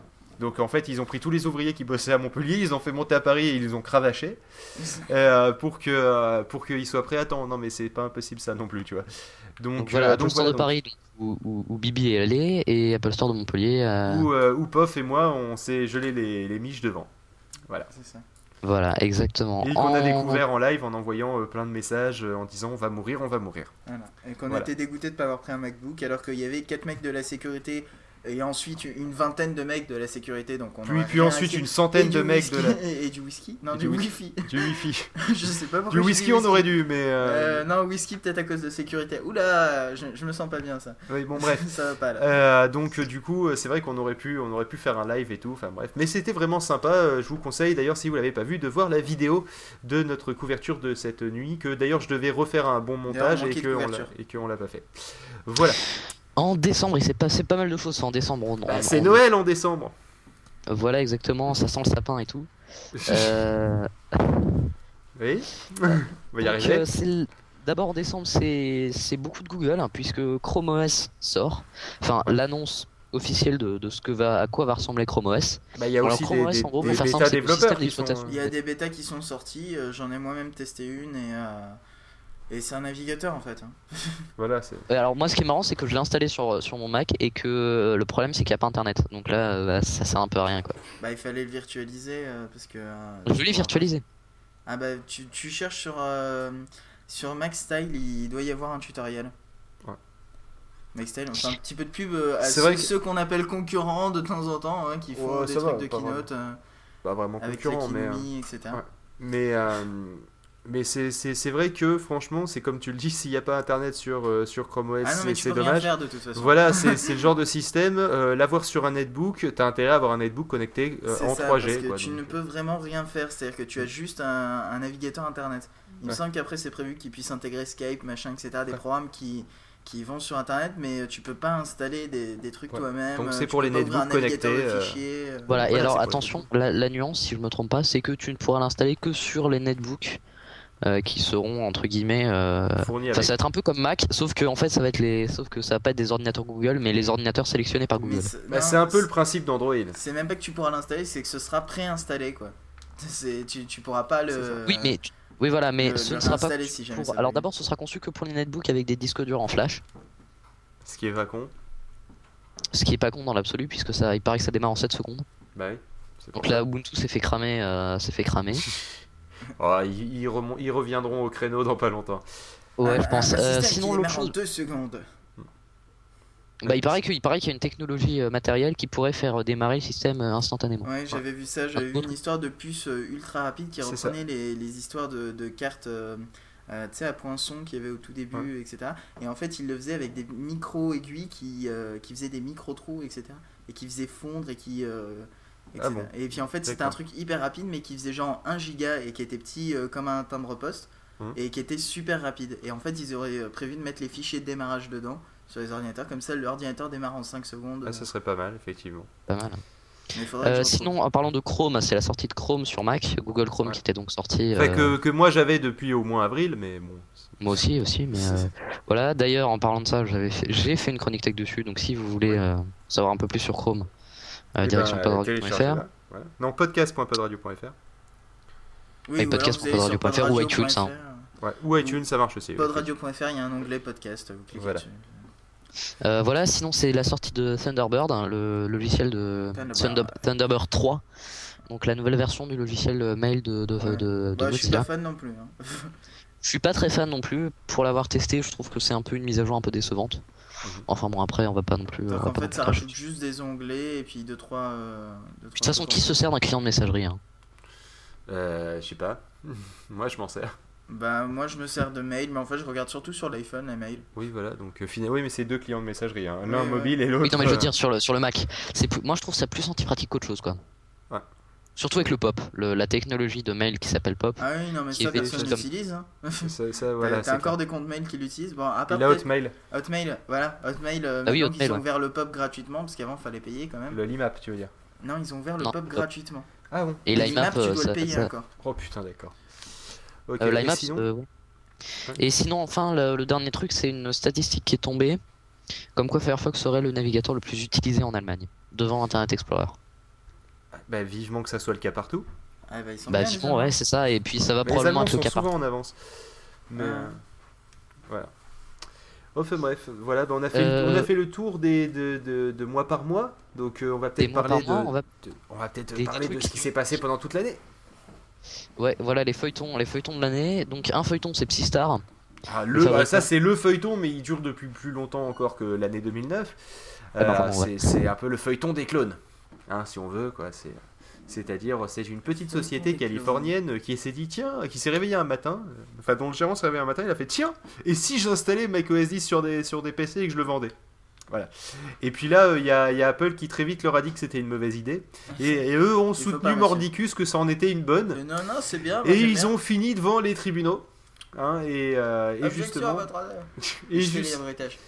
Speaker 2: Donc en fait, ils ont pris tous les ouvriers qui bossaient à Montpellier, ils ont fait monter à Paris et ils les ont cravachés euh, pour que euh, pour qu'ils soient prêts à temps. Non mais c'est pas impossible ça non plus, tu vois. Donc,
Speaker 1: Donc voilà,
Speaker 2: euh,
Speaker 1: Apple
Speaker 2: donc,
Speaker 1: Store
Speaker 2: voilà,
Speaker 1: de
Speaker 2: donc.
Speaker 1: Paris donc, où, où- où Bibi est allé et Apple Store de Montpellier. euh,
Speaker 2: Où, euh, où Pof et moi, on s'est gelé les, les miches devant.
Speaker 3: C'est ça.
Speaker 1: Voilà, exactement.
Speaker 2: Et qu'on a
Speaker 1: En-
Speaker 2: découvert en live en envoyant euh, plein de messages euh, en disant on va mourir, on va mourir.
Speaker 3: Voilà. Et qu'on
Speaker 2: Voilà.
Speaker 3: était dégoûté de pas avoir pris un MacBook alors qu'il y avait quatre mecs de la sécurité et ensuite une vingtaine de mecs de la sécurité. Donc on
Speaker 2: Puis,
Speaker 3: aurait
Speaker 2: puis
Speaker 3: rien
Speaker 2: ensuite
Speaker 3: acquis.
Speaker 2: une
Speaker 3: Et
Speaker 2: centaine
Speaker 3: du
Speaker 2: de mecs de
Speaker 3: whisky-
Speaker 2: la-
Speaker 3: Et, et du whisky Non,
Speaker 2: Et
Speaker 3: du,
Speaker 2: du
Speaker 3: wifi.
Speaker 2: du wifi.
Speaker 3: je sais pas pourquoi.
Speaker 2: du
Speaker 3: je dis
Speaker 2: whisky, on aurait dû, mais. euh,
Speaker 3: Euh, non, whisky peut-être à cause de sécurité. Oula, je, je me sens pas bien ça.
Speaker 2: Oui, bon, bref.
Speaker 3: ça va pas là.
Speaker 2: Euh, donc euh, du coup euh, c'est vrai qu'on aurait pu on aurait pu faire un live et tout enfin bref mais c'était vraiment sympa Euh, je vous conseille d'ailleurs si vous l'avez pas vu de voir la vidéo de notre couverture de cette nuit que d'ailleurs je devais refaire un bon montage
Speaker 3: D'ailleurs, on
Speaker 2: et
Speaker 3: manquait de
Speaker 2: que on l'a
Speaker 3: couverture.
Speaker 2: et que on l'a pas fait voilà
Speaker 1: Bah, En décembre, il s'est passé pas mal de choses. Enfin, en décembre, on,
Speaker 2: Bah,
Speaker 1: on-
Speaker 2: c'est
Speaker 1: on-
Speaker 2: Noël en décembre
Speaker 1: Euh, Voilà, exactement. Ça sent le sapin et tout. Euh,
Speaker 2: Oui, on va y arriver.
Speaker 1: D'abord en décembre, c'est c'est beaucoup de Google, hein, puisque Chrome OS sort. Enfin, l'annonce officielle de, de ce que va, à quoi va ressembler Chrome OS.
Speaker 2: Bah, il y a
Speaker 1: Alors
Speaker 2: aussi
Speaker 1: Chrome
Speaker 2: des,
Speaker 1: OS,
Speaker 2: des-
Speaker 1: en gros,
Speaker 2: des
Speaker 1: va faire
Speaker 2: bêta
Speaker 1: simple, c'est le
Speaker 2: développeurs
Speaker 1: système
Speaker 2: qui sont.
Speaker 1: d'exploitation.
Speaker 3: Il y a des bêtas qui sont sorties, euh, j'en ai moi-même testé une et, euh, et c'est un navigateur en fait. hein.
Speaker 2: Voilà, c'est.
Speaker 1: Euh, Alors moi, ce qui est marrant, c'est que je l'ai installé sur sur mon Mac et que euh, le problème, c'est qu'il n'y a pas Internet. Donc là, euh, bah, ça sert un peu à rien, quoi.
Speaker 3: Bah, il fallait le virtualiser euh, parce que. euh,
Speaker 1: Je l'ai virtualisé.
Speaker 3: Ah bah tu, tu cherches sur, euh, sur MaxStyle, il doit y avoir un tutoriel.
Speaker 2: Ouais.
Speaker 3: MaxStyle, on fait un petit peu de pub euh, à
Speaker 2: C'est
Speaker 3: ceux,
Speaker 2: vrai que-
Speaker 3: ceux qu'on appelle concurrents de temps en temps, hein, qui font
Speaker 2: Ouais,
Speaker 3: des
Speaker 2: ça va,
Speaker 3: trucs de
Speaker 2: pas
Speaker 3: keynote euh,
Speaker 2: Pas vraiment
Speaker 3: avec
Speaker 2: concurrent, mais. euh,
Speaker 3: Kinomi, etc.
Speaker 2: ouais. Mais, euh, mais c'est- c'est c'est vrai que, franchement, c'est comme tu le dis, s'il n'y a pas internet sur, euh, sur Chrome OS,
Speaker 3: Ah non,
Speaker 2: c'est-
Speaker 3: mais tu
Speaker 2: c'est
Speaker 3: peux rien
Speaker 2: dommage.
Speaker 3: faire de toute façon.
Speaker 2: Voilà, c'est c'est le genre de système. euh, L'avoir sur un netbook, t'as intérêt à avoir un netbook connecté euh,
Speaker 3: C'est
Speaker 2: en
Speaker 3: ça,
Speaker 2: 3G.
Speaker 3: parce que
Speaker 2: quoi,
Speaker 3: tu
Speaker 2: donc, euh. Mm.
Speaker 3: ne peux vraiment rien faire, c'est-à-dire que tu as juste un, un navigateur internet. Il me
Speaker 2: Ouais.
Speaker 3: semble qu'après c'est prévu qu'ils puissent intégrer Skype, machin, etc. Des
Speaker 2: Ouais.
Speaker 3: programmes qui, qui vont sur internet, mais euh, tu peux pas installer des, des trucs
Speaker 2: Ouais.
Speaker 3: toi-même.
Speaker 2: Donc,
Speaker 3: euh,
Speaker 2: c'est
Speaker 3: tu
Speaker 2: pour
Speaker 3: peux
Speaker 2: les
Speaker 3: pas ouvrir un
Speaker 2: netbooks
Speaker 3: navigateur de
Speaker 2: connectés, euh,
Speaker 3: fichiers, euh.
Speaker 1: Voilà, et
Speaker 2: Voilà,
Speaker 1: alors
Speaker 2: c'est pour le
Speaker 1: attention, la, la nuance, si je me trompe pas, c'est que tu ne pourras l'installer que sur les netbooks euh, qui seront entre guillemets. euh,
Speaker 2: fourni
Speaker 1: Enfin,
Speaker 2: avec.
Speaker 1: ça va être un peu comme Mac, sauf que en fait, ça va être les, sauf que ça va pas être des ordinateurs Google, mais les ordinateurs sélectionnés par
Speaker 3: Mais
Speaker 1: Google.
Speaker 3: c'est-
Speaker 2: Bah,
Speaker 3: non,
Speaker 2: c'est un peu le principe d'Android.
Speaker 3: C'est même pas que tu pourras l'installer, c'est que ce sera préinstallé quoi. C'est tu, tu pourras pas le.
Speaker 1: Oui, mais tu- oui, voilà, mais
Speaker 3: le-
Speaker 1: ce
Speaker 3: le
Speaker 1: ne sera pas.
Speaker 3: réinstaller si jamais
Speaker 1: pour-
Speaker 3: ça
Speaker 1: Alors
Speaker 3: bug.
Speaker 1: d'abord, ce sera conçu que pour les netbooks avec des disques durs en flash,
Speaker 2: Ce qui est vacon.
Speaker 1: ce qui est pas con dans l'absolu puisque ça, il paraît que ça démarre en 7 secondes.
Speaker 2: Bah oui. c'est pour
Speaker 1: Donc là, Ubuntu s'est fait cramer, euh, s'est fait cramer.
Speaker 2: ça. Oh, ils, ils remon- ils reviendront au créneau dans pas longtemps.
Speaker 1: Ouais,
Speaker 3: Un-
Speaker 1: je pense.
Speaker 3: un
Speaker 1: Euh,
Speaker 3: système bah, qui
Speaker 1: sinon, l'autre
Speaker 3: démarre en
Speaker 1: chose,
Speaker 3: deux secondes.
Speaker 1: bah, il paraît qu'il paraît qu'il y a une technologie euh, matérielle qui pourrait faire euh, démarrer le système euh, instantanément.
Speaker 3: Ouais, j'avais vu ça, j'avais vu
Speaker 1: Autre-
Speaker 3: une histoire de puce euh, ultra rapide qui
Speaker 2: C'est ça.
Speaker 3: reprenait les, les histoires de, de cartes, euh, euh, tu sais, à poinçon qu'il y avait au tout début, etc. Et en fait, ils le faisaient avec des micro-aiguilles qui, euh, qui faisaient des micro-trous, etc. Et qui faisaient fondre et qui... euh,
Speaker 2: Ah
Speaker 3: etc.
Speaker 2: bon.
Speaker 3: Et puis en fait, c'était un
Speaker 2: D'accord.
Speaker 3: truc hyper rapide, mais qui faisait genre 1 giga et qui était petit euh, comme un timbre-poste,
Speaker 2: Mhm.
Speaker 3: et qui était super rapide. Et en fait, ils auraient euh, prévu de mettre les fichiers de démarrage dedans. Sur les ordinateurs, comme ça l'ordinateur démarre en 5 secondes. euh,
Speaker 2: Ah, ça serait pas mal, effectivement.
Speaker 1: Pas mal.
Speaker 3: Mais il faudrait que
Speaker 1: Euh,
Speaker 3: je retrouve.
Speaker 1: sinon, en parlant de Chrome, hein, c'est la sortie de Chrome sur Mac, Google Chrome
Speaker 2: Ouais.
Speaker 1: qui était donc sorti.
Speaker 2: Enfin,
Speaker 1: euh,
Speaker 2: que, que moi j'avais depuis au moins avril, mais bon.
Speaker 1: Moi aussi, aussi, mais euh, voilà. D'ailleurs, en parlant de ça, j'avais fait- j'ai fait une chronique tech dessus, donc si vous voulez euh, savoir un peu plus sur Chrome, euh,
Speaker 2: Eh
Speaker 1: direction
Speaker 2: ben,
Speaker 1: podradio.fr.
Speaker 2: téléchargez-la. Voilà. Non, podcast.podradio.fr.
Speaker 3: Oui,
Speaker 1: Avec
Speaker 3: ou alors
Speaker 1: podcast
Speaker 3: vous allez sur
Speaker 1: podradio.fr ou iTunes, hein.
Speaker 3: podradio.fr.
Speaker 2: Ouais. Ou iTunes, ça marche aussi. oui.
Speaker 3: Podradio.fr, il y a un onglet podcast, vous cliquez
Speaker 2: Voilà.
Speaker 3: dessus.
Speaker 1: Euh, voilà, sinon c'est la sortie de Thunderbird, hein, le logiciel de
Speaker 3: Thunderbird.
Speaker 1: Thunder- Thunderbird 3. Donc la nouvelle version du logiciel euh, mail de, de, de-
Speaker 3: Ouais.
Speaker 1: de
Speaker 3: Bah, je suis
Speaker 1: Mozilla.
Speaker 3: pas fan non plus. hein.
Speaker 1: Je suis pas très fan non plus. Pour l'avoir testé, je trouve que c'est un peu une mise à jour un peu décevante.
Speaker 2: Mhm.
Speaker 1: Enfin bon, après, on va pas non plus. euh, on
Speaker 3: Donc
Speaker 1: va
Speaker 3: en
Speaker 1: pas non
Speaker 3: fait,
Speaker 1: plus
Speaker 3: ça
Speaker 1: cracher
Speaker 3: rajoute
Speaker 1: dessus.
Speaker 3: juste des onglets et puis euh, 2-3.
Speaker 1: De toute façon, qui se sert d'un client de messagerie hein
Speaker 2: Euh, je sais pas. moi je m'en sers.
Speaker 3: Bah, moi je me sers de mail, mais en fait, je regarde surtout sur l'iPhone les mails.
Speaker 2: Oui, voilà, donc euh, fina- Oui, mais c'est deux clients de messagerie, hein. l'un
Speaker 3: Oui,
Speaker 2: mobile et l'autre.
Speaker 1: Oui, non, mais je veux
Speaker 2: euh,
Speaker 1: dire sur le, sur le Mac. C'est plus- moi, je trouve ça plus antipratique qu'autre chose, quoi.
Speaker 2: Ouais.
Speaker 1: Surtout avec le pop, le- la technologie de mail qui s'appelle pop.
Speaker 3: Ah oui, non, mais
Speaker 1: Qui
Speaker 3: ça,
Speaker 1: fait des
Speaker 3: personne
Speaker 1: choses comme-
Speaker 3: l'utilise. hein.
Speaker 2: Ça, ça,
Speaker 3: T'as-
Speaker 2: voilà,
Speaker 3: T'as
Speaker 2: c'est
Speaker 3: encore des comptes mail qui l'utilisent. Bon, à
Speaker 2: clair.
Speaker 3: part
Speaker 2: Et là,
Speaker 3: peut-être-
Speaker 2: Hotmail,
Speaker 3: Hotmail, voilà. Hotmail, euh,
Speaker 1: Ah oui,
Speaker 3: maintenant qu'ils
Speaker 1: Hotmail,
Speaker 3: ont
Speaker 1: ouais.
Speaker 3: ouvert le pop gratuitement, parce qu'avant, fallait payer quand même.
Speaker 2: le Limap, tu veux dire.
Speaker 3: Non, ils ont ouvert le
Speaker 1: Non,
Speaker 3: pop
Speaker 1: hop.
Speaker 3: gratuitement.
Speaker 2: Ah bon
Speaker 1: Et
Speaker 3: l'IMAP,
Speaker 1: l'IMAP,
Speaker 3: tu
Speaker 1: euh,
Speaker 3: dois le
Speaker 1: ça,
Speaker 3: payer hein.
Speaker 1: ça-
Speaker 3: encore.
Speaker 2: Oh putain, d'accord. Ok,
Speaker 1: euh,
Speaker 2: et
Speaker 1: l'IMAP,
Speaker 2: sinon-
Speaker 1: euh, ouais.
Speaker 2: Ouais.
Speaker 1: Et sinon, enfin, le, le dernier truc, c'est une statistique qui est tombée, comme quoi Firefox serait le navigateur le plus utilisé en Allemagne, devant Internet Explorer. euh,
Speaker 2: Bah, vivement que ça soit le cas partout.
Speaker 3: Ah bah, ils sont
Speaker 1: Bah,
Speaker 3: bien, les
Speaker 1: vivement,
Speaker 3: Allemands.
Speaker 1: ouais, c'est ça, et puis ça va
Speaker 2: Mais les
Speaker 1: probablement
Speaker 2: Allemands
Speaker 1: être le
Speaker 2: sont
Speaker 1: cas
Speaker 2: souvent
Speaker 1: partout.
Speaker 2: en avance. Mais
Speaker 3: Ah.
Speaker 2: euh, voilà. Enfin bref, voilà, bah, on, a fait
Speaker 1: Euh,
Speaker 2: le, on a fait le tour des, de, de- de mois par mois, donc euh, on va
Speaker 1: Des
Speaker 2: peut-être
Speaker 1: mois par
Speaker 2: parler
Speaker 1: mois,
Speaker 2: de,
Speaker 1: on va...
Speaker 2: de- on va peut-être
Speaker 1: des- des
Speaker 2: parler de
Speaker 1: trucs
Speaker 2: ce qui
Speaker 1: qui-
Speaker 2: s'est passé pendant toute l'année.
Speaker 1: Ouais, voilà les feuilletons, les feuilletons de l'année. Donc un feuilleton, c'est Psystar.
Speaker 2: Ah,
Speaker 1: Le
Speaker 2: le,
Speaker 1: fabricant.
Speaker 2: ah, ça c'est le feuilleton, mais il dure depuis plus longtemps encore que l'année 2009.
Speaker 1: Ah bah,
Speaker 2: Euh,
Speaker 1: pardon,
Speaker 2: c'est- c'est un peu le feuilleton des clones, hein, si on veut. quoi. C'est- C'est-à-dire, c'est une petite
Speaker 3: Feuilleton
Speaker 2: société
Speaker 3: des clones.
Speaker 2: californienne qui s'est dit, tiens, qui s'est réveillée un matin, euh, enfin dont le gérant s'est réveillé un matin, il a fait, tiens, et si j'installais macOS 10 sur des, sur des PC et que je le vendais voilà. Et puis là, euh, il y, a- il y a Apple qui très vite leur a dit que c'était une mauvaise idée. Et, et eux ont
Speaker 3: faut pas,
Speaker 2: soutenu
Speaker 3: monsieur.
Speaker 2: Mordicus que ça en était une bonne.
Speaker 3: Euh, Non, non, c'est bien. moi,
Speaker 2: Et
Speaker 3: j'aime
Speaker 2: ils
Speaker 3: bien.
Speaker 2: ont fini devant les tribunaux. hein, et, euh, et
Speaker 3: Objection à
Speaker 2: justement.
Speaker 3: votre honneur.
Speaker 2: Et,
Speaker 3: Je fais
Speaker 2: juste-
Speaker 3: les bruitages.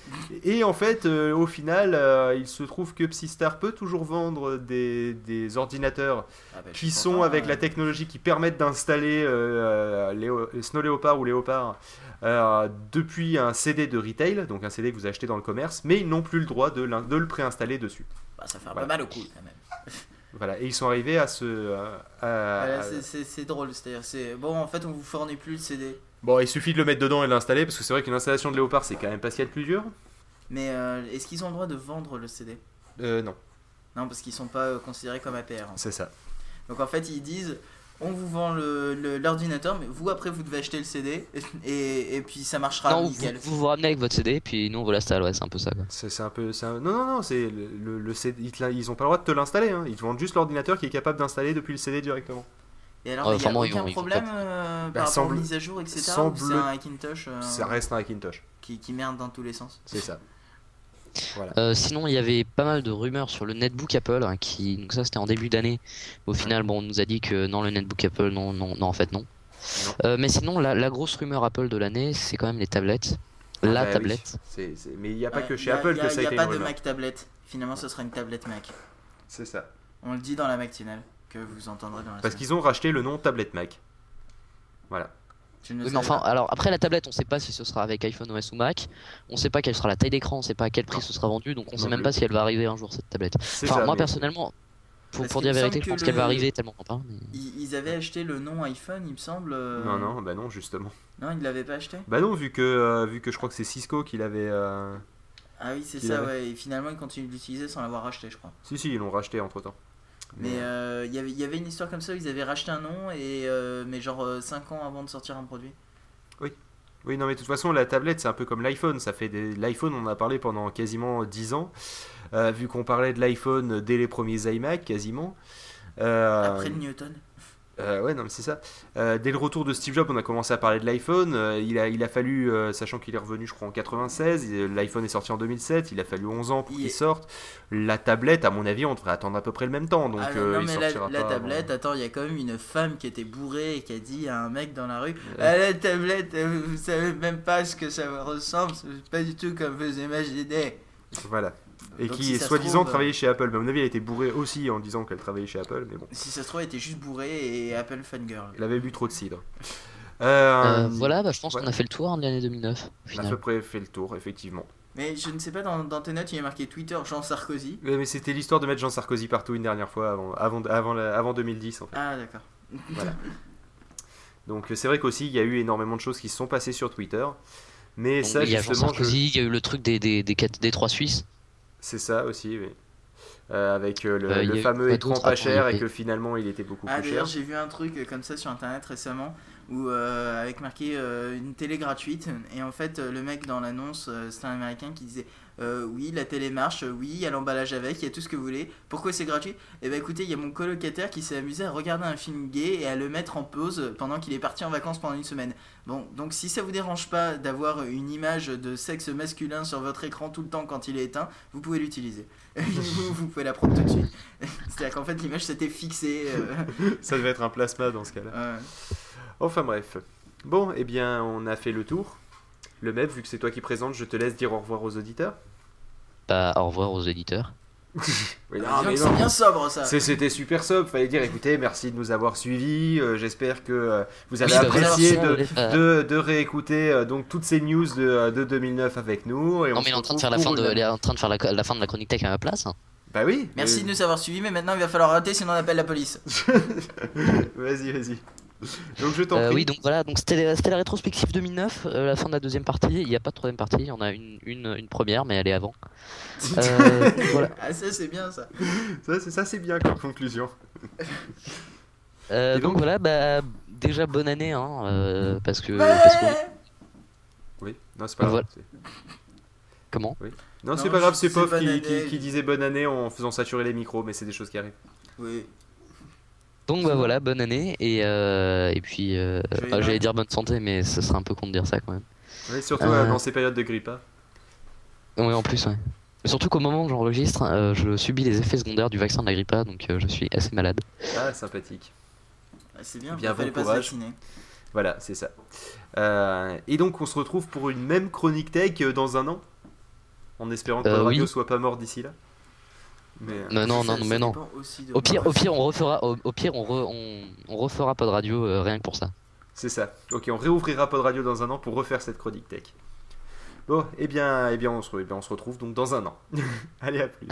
Speaker 2: et en fait, euh, au final, euh, il se trouve que Psystar peut toujours vendre des, des ordinateurs
Speaker 3: Ah bah, je suis
Speaker 2: qui sont
Speaker 3: content,
Speaker 2: avec
Speaker 3: hein.
Speaker 2: la technologie qui permettent d'installer euh, Léo- Snow Leopard ou Léopard euh, depuis un CD de retail, donc un CD que vous achetez dans le commerce, mais ils n'ont plus le droit de, l'in- de le préinstaller dessus.
Speaker 3: Bah, ça fait un
Speaker 2: Voilà.
Speaker 3: peu mal au cou quand même.
Speaker 2: Voilà, et ils sont arrivés à ce. euh, à-
Speaker 3: Voilà,
Speaker 2: à-
Speaker 3: c'est- c'est c'est drôle, c'est-à-dire c'est bon en fait on vous fournit plus le CD,
Speaker 2: Bon, il suffit de le mettre dedans et de l'installer, parce que c'est vrai qu'une installation de Léopard, c'est quand même pas ce qu'il y a de plus dur.
Speaker 3: mais euh, est-ce qu'ils ont le droit de vendre le CD
Speaker 2: Euh, non,
Speaker 3: Non parce qu'ils sont pas euh, considérés comme APR.
Speaker 2: c'est ça.
Speaker 3: Donc en fait ils disent on vous vend le- le- l'ordinateur mais vous après vous devez acheter le CD et, et puis ça
Speaker 2: Ah,
Speaker 3: marchera
Speaker 1: non, vous,
Speaker 3: nickel.
Speaker 1: vous vous ramenez avec votre CD, puis nous on vous l'installe, ouais, c'est un peu ça. Quoi.
Speaker 2: C'est c'est un peu. c'est un- Non, non, non, c'est le, le- le CD, ils, te l'in- ils ont pas le droit de te l'installer, hein. ils te vendent juste l'ordinateur qui est capable d'installer depuis le CD directement.
Speaker 3: Et alors
Speaker 1: Ouais,
Speaker 3: il y a
Speaker 1: enfin, bon, Ah, ils
Speaker 3: aucun
Speaker 1: vont- ils vont
Speaker 3: problème euh, par
Speaker 2: Bah,
Speaker 3: rapport
Speaker 2: semble-
Speaker 3: aux mises à jour etc.
Speaker 2: semble-
Speaker 3: ou C'est un Hackintosh euh,
Speaker 2: Ça reste un Hackintosh,
Speaker 3: qui, qui merde dans tous les sens.
Speaker 2: c'est ça.
Speaker 1: Euh, sinon, il y avait pas mal de rumeurs sur le netbook Apple, hein, qui donc ça c'était en début d'année. Au final, bon, on nous a dit que non, le netbook Apple, non, non, non, en fait non. Euh, mais sinon, la, la grosse rumeur Apple de l'année, c'est quand même les tablettes. La
Speaker 2: Ah, bah oui.
Speaker 1: tablette.
Speaker 2: C'est- c'est- Mais il n'y a pas
Speaker 3: Ouais,
Speaker 2: que chez
Speaker 3: Ah, Euh, y a-
Speaker 2: Apple
Speaker 3: y a-
Speaker 2: que ça a
Speaker 3: y a
Speaker 2: été une
Speaker 3: pas de
Speaker 2: rumeur.
Speaker 3: Mac tablette. Finalement ce sera une tablette Mac.
Speaker 2: C'est ça.
Speaker 3: On le dit dans la matinale que vous entendrez dans la
Speaker 2: Parce
Speaker 3: semaine.
Speaker 2: qu'ils ont racheté le nom tablette Mac. Voilà.
Speaker 3: Je ne
Speaker 1: Oui, mais
Speaker 3: savais
Speaker 1: enfin,
Speaker 3: pas.
Speaker 1: alors après la tablette, on sait pas si ce sera avec iPhone OS ou Mac. On sait pas quelle sera la taille d'écran, on sait pas à quel prix ce sera vendu, donc on
Speaker 2: Non
Speaker 1: sait même
Speaker 2: plus.
Speaker 1: pas si elle va arriver un jour cette tablette.
Speaker 2: C'est
Speaker 1: Enfin,
Speaker 2: ça,
Speaker 1: moi
Speaker 2: mais-
Speaker 1: personnellement, pour,
Speaker 3: Parce
Speaker 1: pour
Speaker 3: qu'il
Speaker 1: dire
Speaker 3: me
Speaker 1: la vérité,
Speaker 3: semble
Speaker 1: je
Speaker 3: que
Speaker 1: pense qu'elle
Speaker 3: le-
Speaker 1: va arriver tellement on en parle. mais-
Speaker 3: Ils, ils avaient acheté le nom iPhone, il me semble. euh,
Speaker 2: Non, non, bah non, justement.
Speaker 3: Non, ils l'avaient pas acheté
Speaker 2: Bah non, vu que, euh, vu que je crois que c'est Cisco qui l'avait. euh,
Speaker 3: Ah oui, c'est
Speaker 2: Ils
Speaker 3: ça,
Speaker 2: l'avaient.
Speaker 3: ouais. Et finalement, ils continuent de l'utiliser sans l'avoir racheté, je crois.
Speaker 2: Si, si, ils l'ont racheté entre temps.
Speaker 3: Mais euh, il y avait- il y avait une histoire comme ça, où ils avaient racheté un nom, et, euh, mais genre 5 ans avant de sortir un produit.
Speaker 2: Oui, non, mais de toute façon, la tablette, c'est un peu comme l'iPhone. Ça fait des... L'iPhone, on en a parlé pendant quasiment 10 ans, euh, vu qu'on parlait de l'iPhone dès les premiers iMac, quasiment. Euh,
Speaker 3: Après le Newton.
Speaker 2: euh, ouais, non, mais c'est ça. Euh, dès le retour de Steve Jobs, on a commencé à parler de l'iPhone. Euh, il, a, il a fallu, euh, sachant qu'il est revenu, je crois, en 96, euh, l'iPhone est sorti en 2007, il a fallu 11 ans pour
Speaker 3: Il
Speaker 2: qu'il
Speaker 3: est-
Speaker 2: sorte. La tablette, à mon avis, on devrait attendre à peu près le même temps. Donc,
Speaker 3: ah, mais
Speaker 2: euh,
Speaker 3: non,
Speaker 2: il
Speaker 3: mais la,
Speaker 2: sortira
Speaker 3: la
Speaker 2: pas avant-
Speaker 3: tablette, attends, il y a quand même une femme qui était bourrée et qui a dit à un mec dans la rue Ah, la tablette, euh, vous savez même pas ce que ça ressemble, c'est pas du tout comme vous imaginez.
Speaker 2: Voilà. Et
Speaker 3: Donc,
Speaker 2: qui,
Speaker 3: si ça se
Speaker 2: soi-disant,
Speaker 3: trouve, euh,
Speaker 2: travaillait chez Apple. Mais à mon avis, elle était bourrée aussi en disant qu'elle travaillait chez Apple, mais bon.
Speaker 3: Si ça se trouve, elle était juste bourrée et Apple Fangirl.
Speaker 2: Il avait bu trop de cidre.
Speaker 1: Euh,
Speaker 2: Euh,
Speaker 1: voilà, bah, je pense
Speaker 2: ouais. Bah,
Speaker 1: qu'on a fait le tour hein, de l'année 2009. Au
Speaker 2: On a à
Speaker 1: final.
Speaker 2: peu près fait le tour, effectivement.
Speaker 3: Mais je ne sais pas, dans, dans tes notes, il y a marqué Twitter Jean Sarkozy.
Speaker 2: Ouais, Euh, Mais c'était l'histoire de mettre Jean Sarkozy partout une dernière fois avant, avant, avant, la- avant 2010. En fait.
Speaker 3: Ah, d'accord.
Speaker 2: Donc euh, c'est vrai qu'aussi, il y a eu énormément de choses qui se sont passées sur Twitter. Mais
Speaker 1: Donc,
Speaker 2: ça,
Speaker 1: il y a Jean
Speaker 2: justement, je-
Speaker 1: Sarkozy, il y a eu le truc des, des, des, quatre- des trois Suisses.
Speaker 2: c'est ça aussi, oui. Euh, avec euh, le,
Speaker 1: Euh, il y
Speaker 2: le
Speaker 1: a eu
Speaker 2: fameux
Speaker 1: quoi
Speaker 2: écran
Speaker 1: d'autre
Speaker 2: pas
Speaker 1: Attends,
Speaker 2: cher
Speaker 1: il y
Speaker 2: et
Speaker 1: avait-
Speaker 2: que finalement il était beaucoup
Speaker 3: Ah,
Speaker 2: plus cher.
Speaker 3: d'ailleurs, j'ai vu un truc euh, comme ça sur internet récemment où, euh, avec marqué euh, une télé gratuite. Et en fait, euh, le mec dans l'annonce, euh, c'était un américain qui disait euh, Oui, la télé marche, euh, oui, il y a l'emballage avec, il y a tout ce que vous voulez. Pourquoi c'est gratuit Eh ben écoutez, il y a mon colocataire qui s'est amusé à regarder un film gay et à le mettre en pause pendant qu'il est parti en vacances pendant une semaine. Bon, donc si ça vous dérange pas d'avoir une image de sexe masculin sur votre écran tout le temps quand il est éteint, vous pouvez l'utiliser. vous, vous pouvez la prendre tout de suite. C'est-à-dire qu'en fait, l'image s'était fixée. euh,
Speaker 2: Ça devait être un plasma dans ce cas-là.
Speaker 1: Ah,
Speaker 3: Ouais.
Speaker 2: Enfin bref. Bon, eh bien, on a fait le tour. Le MEP, vu que c'est toi qui présente, je te laisse dire au revoir aux auditeurs.
Speaker 1: Bah, au revoir aux éditeurs.
Speaker 2: Oui,
Speaker 3: Ah,
Speaker 2: non,
Speaker 3: disons
Speaker 2: mais
Speaker 3: que
Speaker 2: non.
Speaker 3: c'est bien sobre ça.
Speaker 2: C'est- C'était super sobre, fallait dire écoutez, merci de nous avoir suivis, euh, j'espère que euh, vous avez
Speaker 1: Oui, bah, voilà,
Speaker 2: apprécié
Speaker 1: on
Speaker 2: de,
Speaker 1: voulait faire-
Speaker 2: de, de réécouter euh, donc toutes ces news de, euh, de 2009 avec nous. Et on
Speaker 1: Non, mais il est
Speaker 2: se
Speaker 1: en train de
Speaker 2: retrouve
Speaker 1: faire la fin
Speaker 2: pour
Speaker 1: de,
Speaker 2: une-
Speaker 1: il est en train de faire la, la fin de la chronique tech à ma place.
Speaker 2: Bah oui
Speaker 1: euh.
Speaker 3: Merci de
Speaker 2: mais-
Speaker 3: nous avoir suivis, mais maintenant il va falloir arrêter sinon on appelle la police.
Speaker 2: Vas-y, vas-y. Donc je t'en
Speaker 1: Euh,
Speaker 2: prie.
Speaker 1: oui, donc voilà, donc c'était c'était la rétrospective 2009, euh, la fin de la deuxième partie. Il n'y a pas de troisième partie, il y en a une, une, une première, mais elle est avant. Euh, voilà.
Speaker 3: Ah ça c'est bien ça.
Speaker 2: Ça, c'est- Ça, c'est bien comme conclusion.
Speaker 1: Euh,
Speaker 2: Et donc
Speaker 1: donc, voilà, bah, déjà bonne année, hein, euh, parce que. parce que-
Speaker 2: Oui, non, c'est pas grave.
Speaker 1: Voilà.
Speaker 2: c'est-
Speaker 1: Comment
Speaker 2: Non,
Speaker 3: Non,
Speaker 2: c'est pas grave,
Speaker 3: je
Speaker 2: c'est
Speaker 3: disais
Speaker 2: Pof
Speaker 3: bonne
Speaker 2: qui,
Speaker 3: année.
Speaker 2: qui- qui disait bonne année en faisant saturer les micros, mais c'est des choses qui arrivent.
Speaker 3: Oui.
Speaker 1: Donc bah, voilà, bonne année, et, euh, et puis. euh,
Speaker 3: Joyeux
Speaker 1: euh,
Speaker 3: Noël.
Speaker 1: J'allais dire bonne santé, mais ce serait un peu con de dire ça quand même.
Speaker 2: Oui, surtout
Speaker 1: Euh.
Speaker 2: euh, dans ces périodes de grippa.
Speaker 1: Oui, en plus, ouais. Surtout qu'au moment où j'enregistre, euh, je subis les effets secondaires du vaccin de la grippa, donc euh, je suis assez malade.
Speaker 2: Ah, sympathique.
Speaker 3: Ah, c'est bien.
Speaker 2: Bien,
Speaker 1: Eh
Speaker 3: il fallait
Speaker 2: bon
Speaker 3: pas se
Speaker 2: courage.
Speaker 3: vacciner.
Speaker 2: Voilà, c'est ça. Euh, et donc, on se retrouve pour une même chronique tech euh, dans un an, en espérant que
Speaker 1: Euh,
Speaker 2: Quadradio
Speaker 1: oui.
Speaker 2: soit pas mort d'ici là. Mais, euh,
Speaker 1: Non, non,
Speaker 3: Ça-
Speaker 1: non,
Speaker 3: ça
Speaker 1: mais non.
Speaker 3: dépend aussi de-
Speaker 1: Au pire, au pire, on refera, au, au pire, on, re- on, on refera pas de radio euh, rien que pour ça.
Speaker 2: c'est ça. Ok, on réouvrira Pod Radio dans un an pour refaire cette chronique tech. Bon, eh bien, eh bien, on se, eh bien, on se retrouve donc dans un an. Allez, à plus.